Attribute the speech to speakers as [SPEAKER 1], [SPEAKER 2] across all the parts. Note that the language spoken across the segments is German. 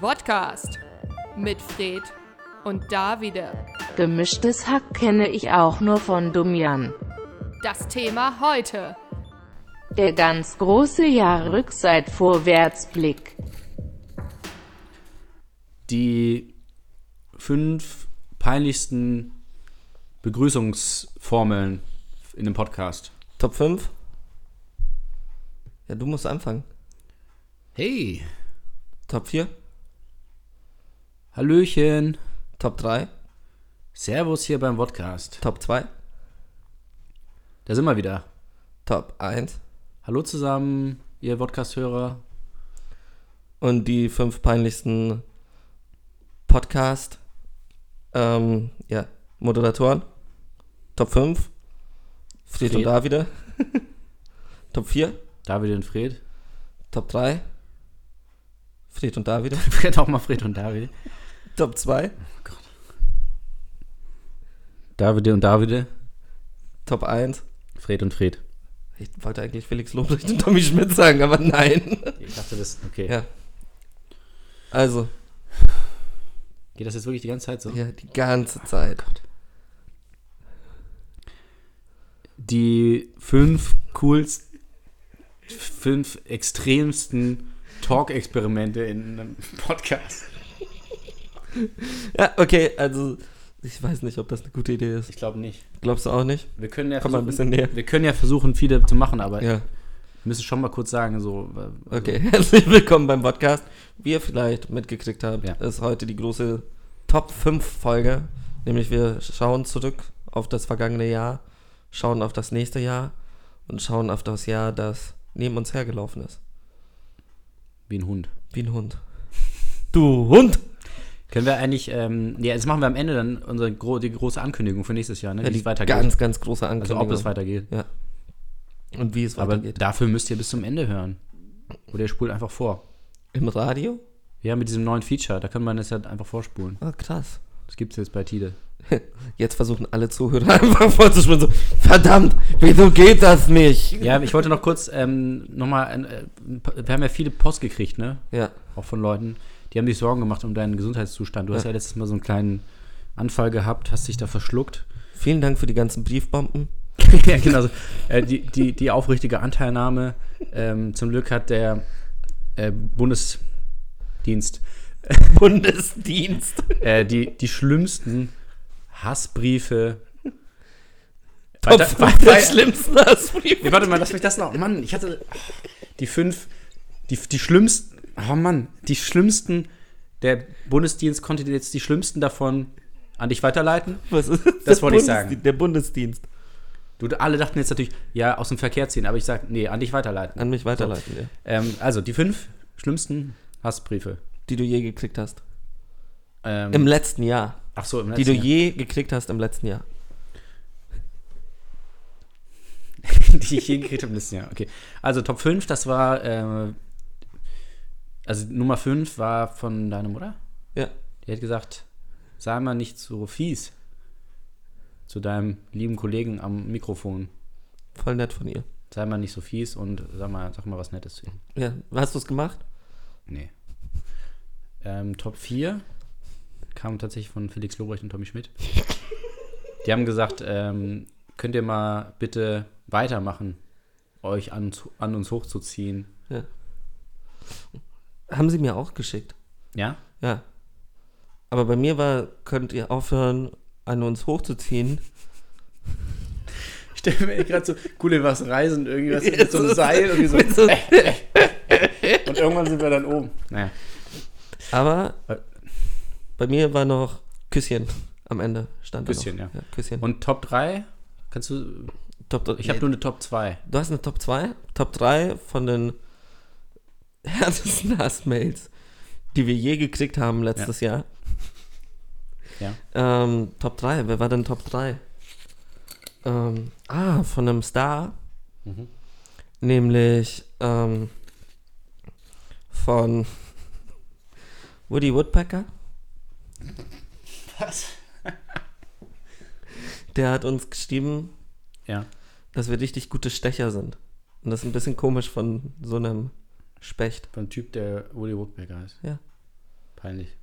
[SPEAKER 1] Podcast mit Fred und Davide.
[SPEAKER 2] Gemischtes Hack kenne ich auch nur von Domian.
[SPEAKER 1] Das Thema heute.
[SPEAKER 2] Der ganz große Jahrrückseitvorwärtsblick.
[SPEAKER 3] Die fünf peinlichsten Begrüßungsformeln in dem Podcast.
[SPEAKER 4] Top 5? Ja, du musst anfangen.
[SPEAKER 3] Hey,
[SPEAKER 4] Top 4?
[SPEAKER 3] Hallöchen.
[SPEAKER 4] Top 3?
[SPEAKER 3] Servus hier beim Podcast.
[SPEAKER 4] Top 2?
[SPEAKER 3] Da sind wir wieder.
[SPEAKER 4] Top 1?
[SPEAKER 3] Hallo zusammen, ihr Podcast-Hörer.
[SPEAKER 4] Und die fünf peinlichsten Podcast, ähm, ja, Moderatoren. Top 5? Fred, und
[SPEAKER 3] Fred.
[SPEAKER 4] Davide. Top 4?
[SPEAKER 3] David und Fred.
[SPEAKER 4] Top 3? Fred und Davide.
[SPEAKER 3] Fred auch mal Fred und David.
[SPEAKER 4] Top 2?
[SPEAKER 3] David und Davide.
[SPEAKER 4] Top 1?
[SPEAKER 3] Fred und Fred.
[SPEAKER 4] Ich wollte eigentlich Felix Lobrecht und Tommy Schmidt sagen, aber nein.
[SPEAKER 3] Ich dachte, das. Okay.
[SPEAKER 4] Ja. Also,
[SPEAKER 3] Geht das jetzt wirklich die ganze Zeit so?
[SPEAKER 4] ja, die ganze Zeit.
[SPEAKER 3] Oh Die fünf coolsten, fünf extremsten Talk-Experimente in einem Podcast.
[SPEAKER 4] Ja, okay, also ich weiß nicht, ob das eine gute Idee ist.
[SPEAKER 3] Ich glaube nicht.
[SPEAKER 4] Glaubst du auch nicht?
[SPEAKER 3] Wir können ja
[SPEAKER 4] Komm mal ein
[SPEAKER 3] versuchen,
[SPEAKER 4] bisschen näher.
[SPEAKER 3] wir können ja versuchen, viele zu machen, aber
[SPEAKER 4] Ja,
[SPEAKER 3] wir müssen schon mal kurz sagen, so. äh, also-
[SPEAKER 4] okay. Herzlich willkommen beim Podcast. Wie ihr vielleicht mitgekriegt habt,
[SPEAKER 3] Ja.
[SPEAKER 4] ist heute die große Top 5 Folge. Nämlich wir schauen zurück auf das vergangene Jahr, schauen auf das nächste Jahr und schauen auf das Jahr, das neben uns hergelaufen ist.
[SPEAKER 3] Wie ein Hund.
[SPEAKER 4] Wie ein Hund. Du Hund!
[SPEAKER 3] Können wir eigentlich, ähm, ja, jetzt machen wir am Ende dann unsere gro die große Ankündigung für nächstes Jahr, ne?
[SPEAKER 4] Ja,
[SPEAKER 3] wie
[SPEAKER 4] die
[SPEAKER 3] es weitergeht.
[SPEAKER 4] ganz, ganz große
[SPEAKER 3] also
[SPEAKER 4] Ankündigung.
[SPEAKER 3] ob es weitergeht.
[SPEAKER 4] Ja. Und wie es
[SPEAKER 3] Aber
[SPEAKER 4] weitergeht.
[SPEAKER 3] dafür müsst ihr bis zum Ende hören. Oder ihr spult einfach vor.
[SPEAKER 4] Im Radio?
[SPEAKER 3] Ja, mit diesem neuen Feature, da kann man das ja einfach vorspulen.
[SPEAKER 4] Ah, krass.
[SPEAKER 3] Das gibt's jetzt bei Tide.
[SPEAKER 4] Jetzt versuchen alle Zuhörer einfach vorzuschwimmen, so, verdammt, wieso geht das nicht?
[SPEAKER 3] Ja, ich wollte noch kurz ähm, nochmal, äh, ein paar- wir haben ja viele Post gekriegt, ne?
[SPEAKER 4] Ja,
[SPEAKER 3] Auch von Leuten, die haben sich Sorgen gemacht um deinen Gesundheitszustand. Du hast ja letztes Mal so einen kleinen Anfall gehabt, hast dich da verschluckt.
[SPEAKER 4] vielen Dank für die ganzen Briefbomben.
[SPEAKER 3] ja, genau. So. Äh, die, die, die aufrichtige Anteilnahme. Ähm, zum Glück hat der äh, Bundesdienst
[SPEAKER 4] Bundesdienst.
[SPEAKER 3] äh, die, die schlimmsten Hassbriefe.
[SPEAKER 4] Top
[SPEAKER 3] Weiter-
[SPEAKER 4] fünf der
[SPEAKER 3] weiter-
[SPEAKER 4] schlimmsten Hassbriefe.
[SPEAKER 3] Nee, warte mal, lass mich das noch. Mann, ich hatte die fünf, die, die schlimmsten, oh Mann, die schlimmsten, der Bundesdienst konnte dir jetzt die schlimmsten davon an dich weiterleiten.
[SPEAKER 4] Was ist
[SPEAKER 3] Das
[SPEAKER 4] der
[SPEAKER 3] wollte ich
[SPEAKER 4] Bundesdi-
[SPEAKER 3] sagen.
[SPEAKER 4] Der Bundesdienst.
[SPEAKER 3] Du, alle dachten jetzt natürlich, ja, aus dem Verkehr ziehen, aber ich sag, nee, an dich weiterleiten.
[SPEAKER 4] An mich weiterleiten, ja.
[SPEAKER 3] Ähm, also, die fünf schlimmsten Hassbriefe.
[SPEAKER 4] Die du je gekriegt hast.
[SPEAKER 3] Ähm,
[SPEAKER 4] Im letzten Jahr.
[SPEAKER 3] ach so, im
[SPEAKER 4] Die
[SPEAKER 3] letzten
[SPEAKER 4] du
[SPEAKER 3] Jahr.
[SPEAKER 4] je gekriegt hast im letzten Jahr.
[SPEAKER 3] die ich je gekriegt habe im letzten Jahr. Okay. Also Top 5, das war, äh, also Nummer 5 war von deiner Mutter.
[SPEAKER 4] Ja.
[SPEAKER 3] Die hat gesagt, sei mal nicht so fies zu deinem lieben Kollegen am Mikrofon.
[SPEAKER 4] Voll nett von ihr.
[SPEAKER 3] Sei mal nicht so fies und sag mal, sag mal was Nettes zu ihm.
[SPEAKER 4] Ja, hast du es gemacht?
[SPEAKER 3] Nee. Ähm, Top 4 kam tatsächlich von Felix Lobrecht und Tommy Schmidt. Die haben gesagt, ähm, könnt ihr mal bitte weitermachen, euch an, uns- an uns hochzuziehen.
[SPEAKER 4] Haben sie mir auch geschickt.
[SPEAKER 3] Ja?
[SPEAKER 4] Ja. Aber bei mir war, könnt ihr aufhören, an uns hochzuziehen.
[SPEAKER 3] Ich stelle mir gerade so, cool, was reisen, irgendwie was
[SPEAKER 4] mit so einem Seil,
[SPEAKER 3] irgendwie so.
[SPEAKER 4] Mit so-
[SPEAKER 3] Und irgendwann sind wir dann oben. Naja.
[SPEAKER 4] Aber
[SPEAKER 3] Äh.
[SPEAKER 4] bei mir war noch Küsschen am Ende stand da
[SPEAKER 3] Küsschen,
[SPEAKER 4] noch.
[SPEAKER 3] ja.
[SPEAKER 4] Küsschen.
[SPEAKER 3] Und Top 3? Kannst du.
[SPEAKER 4] Top,
[SPEAKER 3] Ich habe nur eine Top 2.
[SPEAKER 4] du hast eine Top 2, Top 3 von den härtesten Hassmails, die wir je gekriegt haben letztes Jahr.
[SPEAKER 3] Ja.
[SPEAKER 4] Ähm, Top 3, wer war denn Top 3? Ähm, ah, von einem Star.
[SPEAKER 3] Mhm.
[SPEAKER 4] Nämlich ähm, von Woody Woodpecker.
[SPEAKER 3] Was?
[SPEAKER 4] Der hat uns geschrieben,
[SPEAKER 3] Ja.
[SPEAKER 4] dass wir richtig gute Stecher sind. Und das ist ein bisschen komisch von so einem Specht.
[SPEAKER 3] Beim Typ, der Woody Woodpecker heißt.
[SPEAKER 4] Ja.
[SPEAKER 3] Peinlich.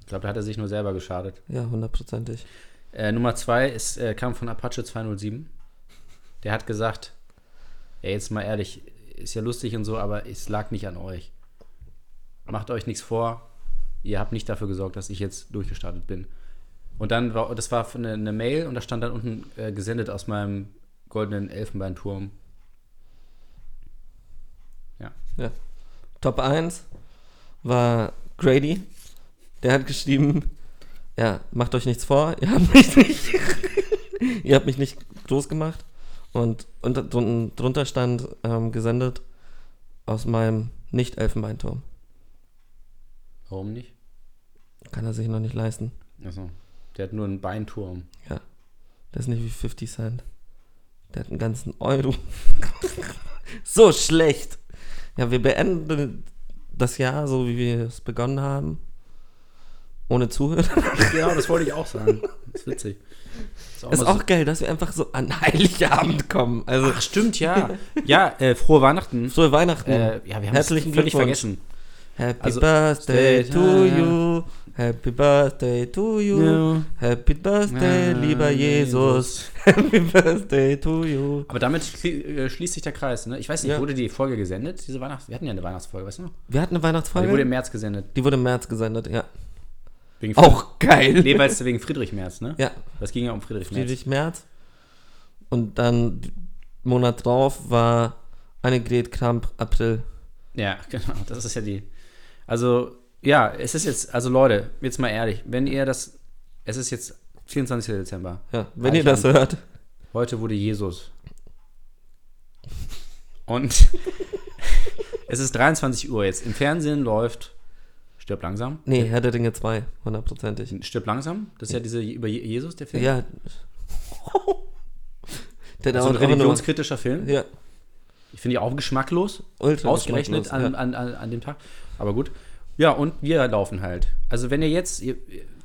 [SPEAKER 3] Ich glaube, da hat er sich nur selber geschadet.
[SPEAKER 4] Ja, hundertprozentig.
[SPEAKER 3] Äh, Nummer zwei ist, äh, kam von Apache 207. Der hat gesagt, ey, jetzt mal ehrlich, ist ja lustig und so, aber es lag nicht an euch. Macht euch nichts vor. Ihr habt nicht dafür gesorgt, dass ich jetzt durchgestartet bin. Und dann war, das war eine, eine Mail und da stand dann unten äh, gesendet aus meinem goldenen Elfenbeinturm. Ja.
[SPEAKER 4] Ja. Top 1 war Grady. Der hat geschrieben, ja, macht euch nichts vor, ihr habt mich nicht, ihr habt mich nicht groß gemacht. Und unter, drun- drunter stand ähm, gesendet aus meinem Nicht-Elfenbeinturm.
[SPEAKER 3] Warum nicht?
[SPEAKER 4] Kann er sich noch nicht leisten.
[SPEAKER 3] Achso. Der hat nur einen Beinturm.
[SPEAKER 4] Ja. Das ist nicht wie 50 Cent. Der hat einen ganzen Euro. so schlecht. Ja, wir beenden das Jahr so, wie wir es begonnen haben. Ohne Zuhörer.
[SPEAKER 3] Genau, das wollte ich auch sagen. Das ist witzig. Ist auch
[SPEAKER 4] Ist
[SPEAKER 3] mal so-
[SPEAKER 4] auch geil, dass wir einfach so an Heiligabend kommen. Also,
[SPEAKER 3] Ach, stimmt, ja. Ja, äh, frohe Weihnachten.
[SPEAKER 4] frohe Weihnachten.
[SPEAKER 3] Äh, ja, wir haben es
[SPEAKER 4] Herzlichen
[SPEAKER 3] völlig
[SPEAKER 4] Glückwunsch.
[SPEAKER 3] vergessen.
[SPEAKER 4] Happy
[SPEAKER 3] also-
[SPEAKER 4] Birthday
[SPEAKER 3] Stay-
[SPEAKER 4] to
[SPEAKER 3] Ja, ja.
[SPEAKER 4] you. Happy Birthday to you. Happy Birthday, lieber Jesus. Happy Birthday to you.
[SPEAKER 3] Aber damit schli- äh, schließt sich der Kreis. Ne? Ich weiß nicht,
[SPEAKER 4] Ja.
[SPEAKER 3] wurde die Folge gesendet? Diese Weihnachts wir hatten ja eine Weihnachtsfolge, weißt du noch?
[SPEAKER 4] Wir hatten eine Weihnachtsfolge.
[SPEAKER 3] Die wurde im März gesendet.
[SPEAKER 4] im März gesendet, ja.
[SPEAKER 3] Wegen
[SPEAKER 4] Auch geil.
[SPEAKER 3] Nee, weil es wegen Friedrich Merz, ne?
[SPEAKER 4] Ja,
[SPEAKER 3] Das ging ja um Friedrich,
[SPEAKER 4] Friedrich Merz. Und dann den Monat drauf war Annegret Kramp April.
[SPEAKER 3] Merz. Ja, genau. Das ist ja die. Also, ja, es ist jetzt, also Leute, jetzt mal ehrlich, wenn ihr das, es ist jetzt 24. Dezember.
[SPEAKER 4] Ja,
[SPEAKER 3] Ah,
[SPEAKER 4] wenn ihr das hört.
[SPEAKER 3] Heute wurde Jesus. Und es ist 23 Uhr jetzt. Im Fernsehen läuft Stirb langsam.
[SPEAKER 4] Nee, Herr der Dinge 2, hundertprozentig.
[SPEAKER 3] Stirb langsam. Das ist ja diese über Je- Jesus, der Film.
[SPEAKER 4] Ja. genau, Der
[SPEAKER 3] So Also ein
[SPEAKER 4] dauert auch nur.
[SPEAKER 3] religionskritischer Film.
[SPEAKER 4] Ja,
[SPEAKER 3] Ich finde ja auch geschmacklos.
[SPEAKER 4] ultra
[SPEAKER 3] ausgerechnet an,
[SPEAKER 4] geschmacklos, ja.
[SPEAKER 3] an, an, an dem Tag. Aber gut. Ja, und wir laufen halt. Also wenn ihr jetzt, ihr,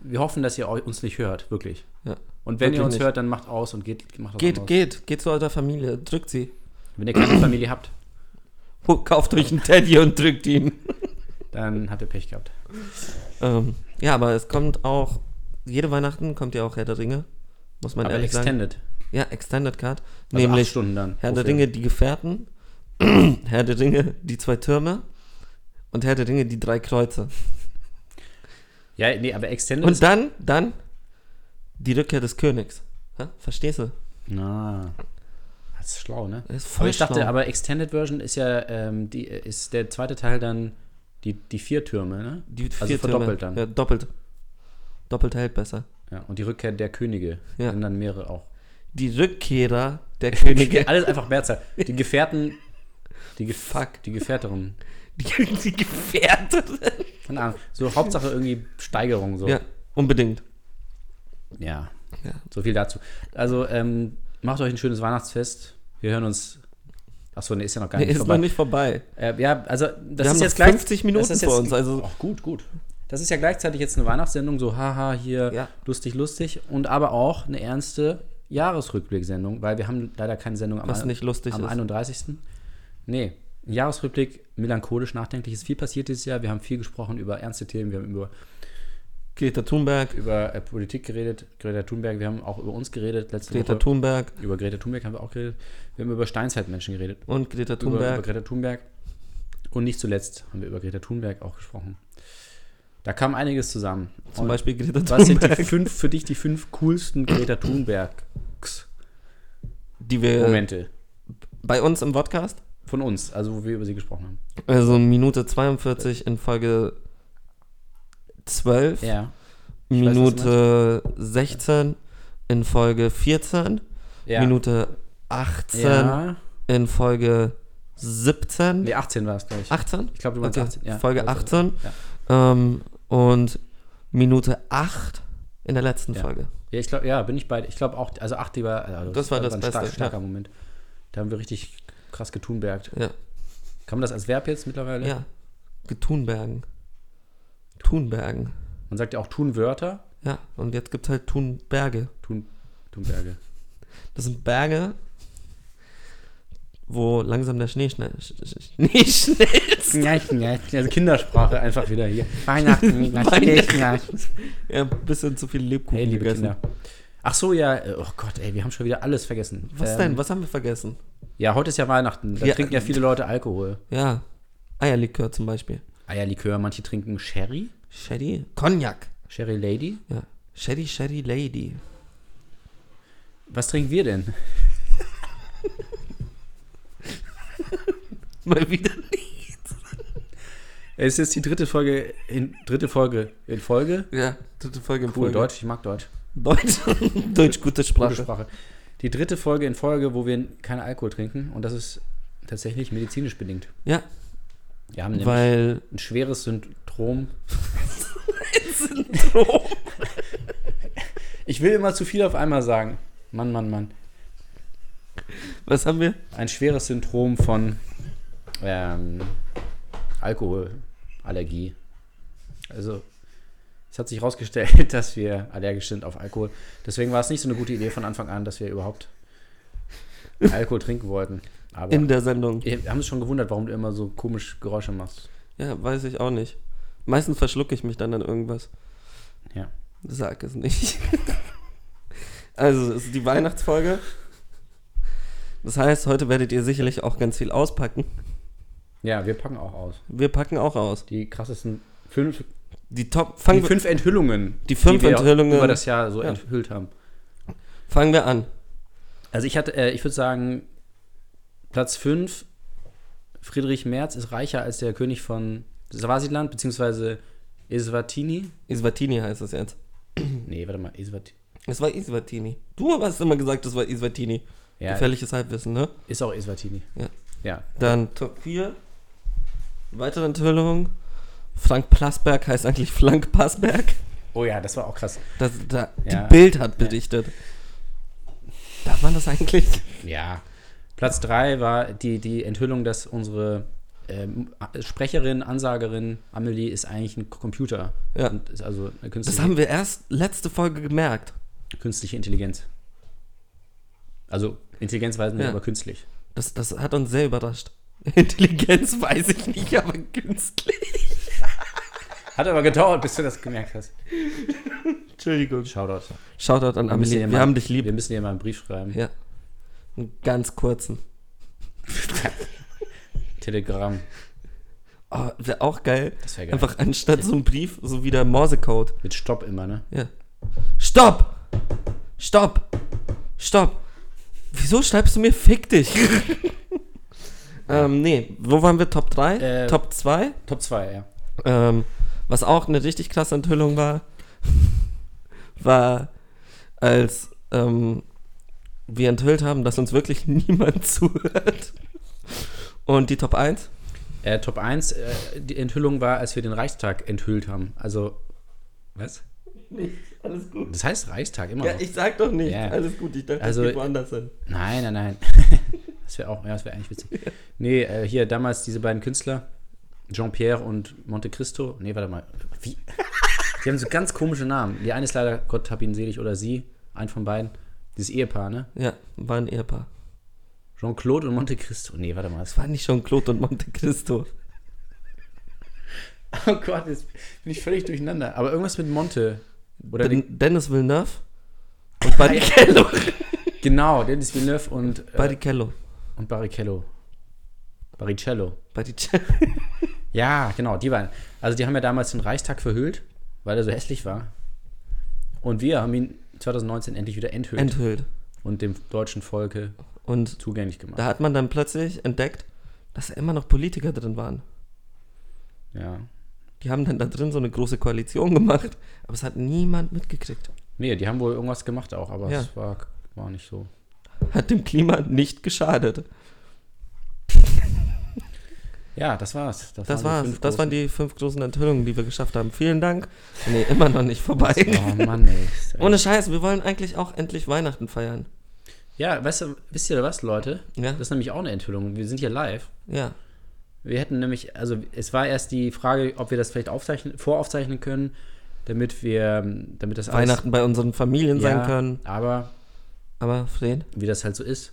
[SPEAKER 3] wir hoffen, dass ihr eu- uns nicht hört, wirklich.
[SPEAKER 4] Ja.
[SPEAKER 3] Und wenn ihr
[SPEAKER 4] Wirklich
[SPEAKER 3] uns
[SPEAKER 4] nicht.
[SPEAKER 3] hört, dann macht aus und geht, macht das
[SPEAKER 4] Geht,
[SPEAKER 3] aus.
[SPEAKER 4] geht, geht zu eurer Familie, drückt sie.
[SPEAKER 3] Wenn ihr keine Familie habt,
[SPEAKER 4] Oh, kauft euch einen Teddy und drückt ihn.
[SPEAKER 3] dann habt ihr Pech gehabt.
[SPEAKER 4] Ähm, ja, aber es kommt auch, jede Weihnachten kommt ja auch Herr der Ringe, muss man
[SPEAKER 3] Aber
[SPEAKER 4] ehrlich sagen.
[SPEAKER 3] extended.
[SPEAKER 4] Ja, Extended Card.
[SPEAKER 3] Also
[SPEAKER 4] nämlich
[SPEAKER 3] acht Stunden dann.
[SPEAKER 4] Herr
[SPEAKER 3] pro
[SPEAKER 4] der
[SPEAKER 3] Film.
[SPEAKER 4] Ringe, die Gefährten, Herr der Ringe, die zwei Türme und Herr der Ringe, die drei Kreuze.
[SPEAKER 3] Ja, nee, aber Extended
[SPEAKER 4] Und dann, dann die Rückkehr des Königs. Ja, verstehst du?
[SPEAKER 3] Na. Das ist schlau, ne?
[SPEAKER 4] Das ist voll
[SPEAKER 3] Aber ich dachte,
[SPEAKER 4] schlau.
[SPEAKER 3] aber Extended Version ist ja, ähm, die, ist der zweite Teil dann die, die vier Türme, ne?
[SPEAKER 4] Die
[SPEAKER 3] Also
[SPEAKER 4] vier
[SPEAKER 3] verdoppelt dann.
[SPEAKER 4] Ja, doppelt. Doppelt hält besser.
[SPEAKER 3] Ja, und die Rückkehr der Könige.
[SPEAKER 4] Ja.
[SPEAKER 3] Und dann mehrere auch.
[SPEAKER 4] Die Rückkehrer der Könige.
[SPEAKER 3] Alles einfach Mehrzahl. Die Gefährten. Die Ge
[SPEAKER 4] Fuck.
[SPEAKER 3] Die Gefährterinnen.
[SPEAKER 4] die, die Gefährten.
[SPEAKER 3] Keine Ahnung. So Hauptsache irgendwie Steigerung. So.
[SPEAKER 4] Ja, unbedingt.
[SPEAKER 3] ja.
[SPEAKER 4] Ja.
[SPEAKER 3] So viel dazu. Also, ähm, macht euch ein schönes Weihnachtsfest. Wir hören uns. Achso, nee, ist ja noch gar
[SPEAKER 4] Nee,
[SPEAKER 3] nicht
[SPEAKER 4] ist
[SPEAKER 3] vorbei.
[SPEAKER 4] noch nicht vorbei.
[SPEAKER 3] Äh, ja, also das
[SPEAKER 4] Wir
[SPEAKER 3] ist
[SPEAKER 4] haben
[SPEAKER 3] jetzt
[SPEAKER 4] noch
[SPEAKER 3] gleich,
[SPEAKER 4] 50 Minuten
[SPEAKER 3] das ist
[SPEAKER 4] vor
[SPEAKER 3] jetzt-
[SPEAKER 4] uns, also-
[SPEAKER 3] Ach, gut, gut. Das ist ja gleichzeitig jetzt eine Weihnachtssendung, so haha, hier
[SPEAKER 4] Ja.
[SPEAKER 3] lustig, lustig. Und aber auch eine ernste Jahresrückblick-Sendung, weil wir haben leider keine Sendung am,
[SPEAKER 4] Was nicht lustig
[SPEAKER 3] am
[SPEAKER 4] ist.
[SPEAKER 3] 31. Nee, ein Jahresrückblick, melancholisch, nachdenklich, ist viel passiert dieses Jahr. Wir haben viel gesprochen über ernste Themen, wir haben über,
[SPEAKER 4] Greta Thunberg.
[SPEAKER 3] über äh, Politik geredet, Greta Thunberg, wir haben auch über uns geredet letzte
[SPEAKER 4] Greta
[SPEAKER 3] Woche.
[SPEAKER 4] Thunberg
[SPEAKER 3] Über Greta Thunberg haben wir auch geredet. Wir haben über Steinzeitmenschen geredet
[SPEAKER 4] und Greta
[SPEAKER 3] über, über
[SPEAKER 4] Thunberg.
[SPEAKER 3] Greta Thunberg. Und nicht zuletzt haben wir über Greta Thunberg auch gesprochen. Da kam einiges zusammen.
[SPEAKER 4] Zum
[SPEAKER 3] Und
[SPEAKER 4] Beispiel Greta
[SPEAKER 3] Was sind die
[SPEAKER 4] Thunberg,
[SPEAKER 3] fünf, für dich die fünf coolsten Greta Thunbergs-Momente
[SPEAKER 4] die wir bei uns im Podcast
[SPEAKER 3] von uns, also wo wir über sie gesprochen haben?
[SPEAKER 4] Also Minute 42 in Folge 12,
[SPEAKER 3] Ja. weiß,
[SPEAKER 4] Minute 16 in Folge 14,
[SPEAKER 3] ja.
[SPEAKER 4] Minute 18
[SPEAKER 3] ja.
[SPEAKER 4] in Folge 17,
[SPEAKER 3] Nee, 18 war es, glaube ich.
[SPEAKER 4] 18,
[SPEAKER 3] Ich glaube, du meinst
[SPEAKER 4] Okay,
[SPEAKER 3] 18. Ja.
[SPEAKER 4] Folge
[SPEAKER 3] Also,
[SPEAKER 4] 18
[SPEAKER 3] Ja.
[SPEAKER 4] ähm, und Minute 8 in der letzten
[SPEAKER 3] Ja.
[SPEAKER 4] Folge.
[SPEAKER 3] Ja, ich glaube, ja, bin ich bei. Ich glaube auch, also 8, die war. Also
[SPEAKER 4] Das war das
[SPEAKER 3] ein
[SPEAKER 4] Beste,
[SPEAKER 3] starker,
[SPEAKER 4] ja.
[SPEAKER 3] starker Moment. Da haben wir richtig krass getunbergt.
[SPEAKER 4] Ja,
[SPEAKER 3] Kann man das als Verb jetzt mittlerweile?
[SPEAKER 4] ja. Getunbergen. Tunbergen.
[SPEAKER 3] Man sagt ja auch Tunwörter,
[SPEAKER 4] Ja, und jetzt gibt es halt Tunberge.
[SPEAKER 3] Tun, Tunberge.
[SPEAKER 4] Das sind Berge, wo langsam der Schnee schnell, Schnee schnellt. Weihnachten.
[SPEAKER 3] Also Kindersprache einfach wieder hier. Weihnachten.
[SPEAKER 4] Weihnachten. Ja, ein bisschen zu viel Lebkuchen
[SPEAKER 3] Hey, liebe
[SPEAKER 4] gegessen.
[SPEAKER 3] Kinder. Ach so, ja. äh, Oh Gott, ey, wir haben schon wieder alles vergessen.
[SPEAKER 4] Was
[SPEAKER 3] Ähm,
[SPEAKER 4] denn? Was haben wir vergessen?
[SPEAKER 3] Ja, heute ist ja Weihnachten. Da
[SPEAKER 4] Ja.
[SPEAKER 3] trinken ja viele Leute Alkohol.
[SPEAKER 4] Ja, Eierlikör zum Beispiel.
[SPEAKER 3] Eierlikör, manche trinken Sherry.
[SPEAKER 4] Sherry? Cognac.
[SPEAKER 3] Sherry Lady.
[SPEAKER 4] Ja. Sherry, Sherry Lady.
[SPEAKER 3] Was trinken wir denn?
[SPEAKER 4] Mal wieder nicht.
[SPEAKER 3] Es ist die dritte Folge in, dritte Folge in Folge.
[SPEAKER 4] Ja, dritte Folge im
[SPEAKER 3] Cool,
[SPEAKER 4] Folge.
[SPEAKER 3] Deutsch, ich mag Deutsch.
[SPEAKER 4] Deutsch. Deutsch, gute Sprache.
[SPEAKER 3] Gute Sprache. Die dritte Folge in Folge, wo wir keinen Alkohol trinken. Und das ist tatsächlich medizinisch bedingt.
[SPEAKER 4] Ja,
[SPEAKER 3] Wir haben nämlich
[SPEAKER 4] weil.
[SPEAKER 3] ein schweres Syndrom. Ich will immer zu viel auf einmal sagen. Mann, Mann, Mann.
[SPEAKER 4] Was haben wir?
[SPEAKER 3] Ein schweres Syndrom von ähm, Alkoholallergie. Also, es hat sich herausgestellt, dass wir allergisch sind auf Alkohol. Deswegen war es nicht so eine gute Idee von Anfang an, dass wir überhaupt Alkohol trinken wollten. Aber
[SPEAKER 4] In der Sendung.
[SPEAKER 3] wir haben uns schon gewundert, warum du immer so komisch Geräusche machst.
[SPEAKER 4] Ja, weiß ich auch nicht. Meistens verschlucke ich mich dann an irgendwas.
[SPEAKER 3] Ja.
[SPEAKER 4] Sag es nicht. also, es ist die Weihnachtsfolge. Das heißt, heute werdet ihr sicherlich auch ganz viel auspacken.
[SPEAKER 3] Ja, wir packen auch aus.
[SPEAKER 4] Wir packen auch aus.
[SPEAKER 3] Die krassesten fünf,
[SPEAKER 4] Die Top.
[SPEAKER 3] die
[SPEAKER 4] Fangen, wir,
[SPEAKER 3] fünf Enthüllungen,
[SPEAKER 4] Die fünf
[SPEAKER 3] wir
[SPEAKER 4] Enthüllungen.
[SPEAKER 3] über das Jahr so
[SPEAKER 4] Ja.
[SPEAKER 3] enthüllt haben.
[SPEAKER 4] fangen wir an.
[SPEAKER 3] Also ich hatte, äh, ich würde sagen, Platz 5, Friedrich Merz ist reicher als der König von Swasiland, beziehungsweise Eswatini.
[SPEAKER 4] Iswatini heißt es jetzt.
[SPEAKER 3] Nee, warte mal, Eswatini.
[SPEAKER 4] Es war Iswatini. Du hast immer gesagt, es war Iswatini.
[SPEAKER 3] Ja,
[SPEAKER 4] Gefährliches Halbwissen, ne?
[SPEAKER 3] ist auch Eswatini.
[SPEAKER 4] Ja.
[SPEAKER 3] Ja.
[SPEAKER 4] Dann Top 4. Weitere Enthüllung. Frank Plasberg heißt eigentlich Frank Passberg.
[SPEAKER 3] Oh ja, das war auch krass.
[SPEAKER 4] Das, da,
[SPEAKER 3] Ja.
[SPEAKER 4] Die Bild hat berichtet. Darf man das eigentlich?
[SPEAKER 3] Ja. Platz 3 war die, die Enthüllung, dass unsere ähm, Sprecherin, Ansagerin Amelie ist eigentlich ein Computer.
[SPEAKER 4] Ja.
[SPEAKER 3] Und ist also eine
[SPEAKER 4] Das
[SPEAKER 3] künstliche,
[SPEAKER 4] haben wir erst letzte Folge gemerkt.
[SPEAKER 3] künstliche Intelligenz. Also Intelligenz weiß nicht,
[SPEAKER 4] Ja.
[SPEAKER 3] aber künstlich.
[SPEAKER 4] Das, das hat uns sehr überrascht. Intelligenz weiß ich nicht, aber künstlich.
[SPEAKER 3] Hat aber gedauert, bis du das gemerkt hast.
[SPEAKER 4] Entschuldigung.
[SPEAKER 3] Shoutout.
[SPEAKER 4] Shoutout an
[SPEAKER 3] müssen
[SPEAKER 4] Amelie.
[SPEAKER 3] ihr
[SPEAKER 4] Wir
[SPEAKER 3] mal-
[SPEAKER 4] haben dich lieb.
[SPEAKER 3] Wir müssen dir mal einen Brief schreiben.
[SPEAKER 4] Ja. Einen ganz kurzen.
[SPEAKER 3] Telegramm.
[SPEAKER 4] Oh, Wäre auch geil.
[SPEAKER 3] Das wäre geil.
[SPEAKER 4] Einfach anstatt so einem Brief, so wie der Morsecode.
[SPEAKER 3] Mit Stopp immer, ne?
[SPEAKER 4] Ja. Stopp! Stopp! Stopp! Wieso schreibst du mir Fick dich? ähm, nee, wo waren wir? Top 3?
[SPEAKER 3] Äh,
[SPEAKER 4] Top 2?
[SPEAKER 3] Top 2, ja.
[SPEAKER 4] Ähm, was auch eine richtig krasse Enthüllung war, war, als ähm, wir enthüllt haben, dass uns wirklich niemand zuhört. Und die Top 1?
[SPEAKER 3] Äh, Top 1, äh, die Enthüllung war, als wir den Reichstag enthüllt haben. Also, was?
[SPEAKER 4] Nicht, alles gut.
[SPEAKER 3] Das heißt Reichstag immer
[SPEAKER 4] Ja,
[SPEAKER 3] noch.
[SPEAKER 4] ich sag doch nicht,
[SPEAKER 3] Ja.
[SPEAKER 4] alles gut, ich dachte,
[SPEAKER 3] Also,
[SPEAKER 4] das geht woanders hin.
[SPEAKER 3] Nein, nein, nein. Das wäre auch, ja, das wäre eigentlich witzig. Nee, äh, hier damals diese beiden Künstler, Jean-Pierre und Monte Cristo. Nee, warte mal. Wie? Die haben so ganz komische Namen. Die eine ist leider, Gott hab ihn selig, oder sie, ein von beiden. Dieses Ehepaar, ne?
[SPEAKER 4] Ja, war ein Ehepaar.
[SPEAKER 3] Jean-Claude und Monte Cristo. Nee, warte mal. Das
[SPEAKER 4] War nicht schon Claude und Monte Cristo.
[SPEAKER 3] Oh Gott, jetzt bin ich völlig durcheinander. Aber irgendwas mit Monte. Oder
[SPEAKER 4] Den,
[SPEAKER 3] den,
[SPEAKER 4] Dennis Villeneuve und Barrichello.
[SPEAKER 3] genau, Dennis Villeneuve und, äh,
[SPEAKER 4] Barrichello.
[SPEAKER 3] und Barrichello. Barrichello.
[SPEAKER 4] Barrichello.
[SPEAKER 3] Ja, genau, die beiden. Also die haben ja damals den Reichstag verhüllt, weil er so hässlich war. Und wir haben ihn 2019 endlich wieder enthüllt
[SPEAKER 4] Enthüllt.
[SPEAKER 3] und dem deutschen Volke
[SPEAKER 4] Und
[SPEAKER 3] zugänglich gemacht.
[SPEAKER 4] da hat man dann plötzlich entdeckt, dass da immer noch Politiker drin waren.
[SPEAKER 3] Ja.
[SPEAKER 4] Die haben dann da drin so eine große Koalition gemacht, aber es hat niemand mitgekriegt.
[SPEAKER 3] Nee, die haben wohl irgendwas gemacht auch, aber
[SPEAKER 4] Ja.
[SPEAKER 3] es war, war nicht so.
[SPEAKER 4] Hat dem Klima nicht geschadet.
[SPEAKER 3] Ja, das war's.
[SPEAKER 4] Das
[SPEAKER 3] waren die
[SPEAKER 4] war's.
[SPEAKER 3] fünf
[SPEAKER 4] Das waren die fünf großen Enthüllungen, die wir geschafft haben. Vielen Dank. Nee, immer noch nicht vorbei.
[SPEAKER 3] großen. Oh Mann, ey. Ist echt-
[SPEAKER 4] Ohne Scheiß, wir wollen eigentlich auch endlich Weihnachten feiern.
[SPEAKER 3] Ja, weißt du, wisst ihr was, Leute?
[SPEAKER 4] Ja.
[SPEAKER 3] Das ist nämlich auch eine Enthüllung. Wir sind hier live.
[SPEAKER 4] Ja.
[SPEAKER 3] Wir hätten nämlich, also es war erst die Frage, ob wir das vielleicht aufzeichnen, voraufzeichnen können, damit wir, ähm, damit das alles-
[SPEAKER 4] Weihnachten bei unseren Familien
[SPEAKER 3] ja,
[SPEAKER 4] sein können.
[SPEAKER 3] Aber
[SPEAKER 4] Aber Fred,
[SPEAKER 3] wie das halt so ist,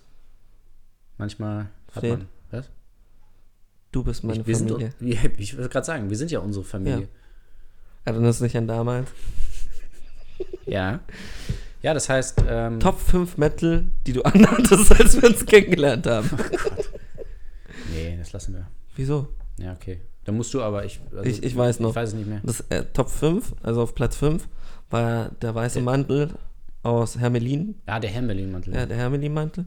[SPEAKER 3] manchmal hat
[SPEAKER 4] Fred?
[SPEAKER 3] man. Was?
[SPEAKER 4] Du bist meine
[SPEAKER 3] wir sind,
[SPEAKER 4] Familie.
[SPEAKER 3] ja, ich wollte gerade sagen, wir sind ja unsere Familie.
[SPEAKER 4] Erinnerst du dich an damals?
[SPEAKER 3] Ja. Ja, das heißt, ähm,
[SPEAKER 4] Top 5 Metal, die du anhattest, als wir uns kennengelernt haben.
[SPEAKER 3] Nee, das lassen wir.
[SPEAKER 4] Wieso?
[SPEAKER 3] Ja, okay. Dann musst du aber, ich, also,
[SPEAKER 4] Ich- ich weiß noch.
[SPEAKER 3] Ich weiß es nicht mehr.
[SPEAKER 4] Das äh, Top 5, also auf Platz 5, war der weiße Mantel aus Hermelin,
[SPEAKER 3] Ja, Ah, der Hermelin-Mantel.
[SPEAKER 4] ja, der Hermelin-Mantel.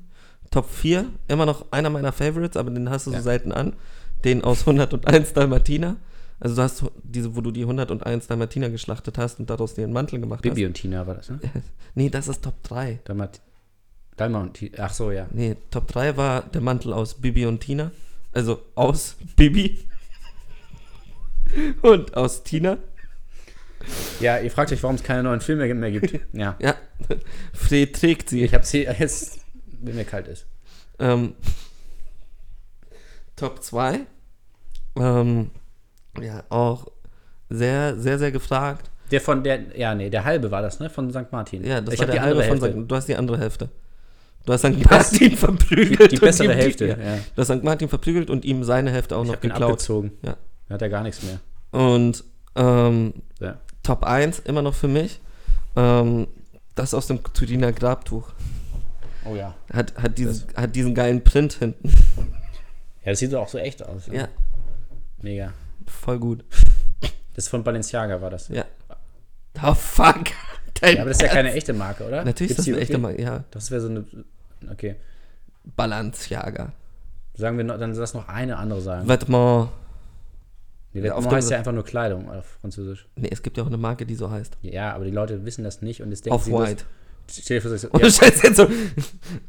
[SPEAKER 4] Top 4, immer noch einer meiner Favorites, aber den hast du
[SPEAKER 3] Ja.
[SPEAKER 4] so selten an. Den aus 101 Dalmatiner. Also du hast diese, wo du die 101 Dalmatiner geschlachtet hast und daraus den Mantel gemacht
[SPEAKER 3] Bibi und Tina war das, ne?
[SPEAKER 4] hast. Nee, das ist Top 3.
[SPEAKER 3] Dalmat Dalma und Tina. Ach so, ja.
[SPEAKER 4] Nee, Top 3 war der Mantel aus Bibi und Tina. Also aus Bibi. und aus Tina.
[SPEAKER 3] Ja, ihr fragt euch, warum es keine neuen Filme mehr gibt. Ja.
[SPEAKER 4] Ja, Fred trägt sie.
[SPEAKER 3] Ich hab's hier jetzt, wenn mir kalt ist.
[SPEAKER 4] Ähm, Top 2. Ähm, ja, auch sehr, sehr, sehr gefragt.
[SPEAKER 3] Der von der, ja, nee, der halbe war das, ne? Von St. Martin.
[SPEAKER 4] Ja, das
[SPEAKER 3] ich
[SPEAKER 4] war
[SPEAKER 3] hab
[SPEAKER 4] der
[SPEAKER 3] die
[SPEAKER 4] halbe
[SPEAKER 3] andere
[SPEAKER 4] von
[SPEAKER 3] Hälfte.
[SPEAKER 4] St. Du hast die andere Hälfte. Du hast St.
[SPEAKER 3] bess-
[SPEAKER 4] Martin
[SPEAKER 3] Die,
[SPEAKER 4] verprügelt.
[SPEAKER 3] die
[SPEAKER 4] und
[SPEAKER 3] bessere
[SPEAKER 4] ihm
[SPEAKER 3] Hälfte.
[SPEAKER 4] Ja.
[SPEAKER 3] Ja.
[SPEAKER 4] Du hast St. Martin verprügelt und ihm seine Hälfte auch
[SPEAKER 3] Ich
[SPEAKER 4] noch
[SPEAKER 3] hab ihn
[SPEAKER 4] geklaut.
[SPEAKER 3] abgezogen.
[SPEAKER 4] Ja.
[SPEAKER 3] Da hat er gar nichts mehr.
[SPEAKER 4] Und ähm,
[SPEAKER 3] Ja.
[SPEAKER 4] Top 1 immer noch für mich. Ähm, das aus dem Turiner Grabtuch.
[SPEAKER 3] Oh ja.
[SPEAKER 4] Hat, hat, dieses, hat diesen geilen Print hinten.
[SPEAKER 3] Ja, das sieht doch auch so echt aus. ne?
[SPEAKER 4] Ja,
[SPEAKER 3] Mega.
[SPEAKER 4] voll gut.
[SPEAKER 3] Das ist von Balenciaga war das.
[SPEAKER 4] Ja. Oh fuck. Dein
[SPEAKER 3] Ja, aber das ist ja
[SPEAKER 4] Ernst?
[SPEAKER 3] keine echte Marke, oder?
[SPEAKER 4] Natürlich
[SPEAKER 3] Gibt's
[SPEAKER 4] ist das eine
[SPEAKER 3] die
[SPEAKER 4] echte
[SPEAKER 3] wirklich?
[SPEAKER 4] Marke, ja.
[SPEAKER 3] Das wäre so eine. Okay.
[SPEAKER 4] Balenciaga.
[SPEAKER 3] Sagen wir noch, dann lass noch eine andere sagen.
[SPEAKER 4] Vêtements.
[SPEAKER 3] Die
[SPEAKER 4] Ja, auf
[SPEAKER 3] Vêtements
[SPEAKER 4] der-
[SPEAKER 3] heißt ja einfach nur Kleidung auf Französisch.
[SPEAKER 4] Nee, es gibt ja auch eine Marke, die so heißt.
[SPEAKER 3] Ja, aber die Leute wissen das nicht und jetzt denken sie.
[SPEAKER 4] Off-White.
[SPEAKER 3] Das, stell dir vor,
[SPEAKER 4] Und
[SPEAKER 3] ja,
[SPEAKER 4] ja. Scheiß jetzt so.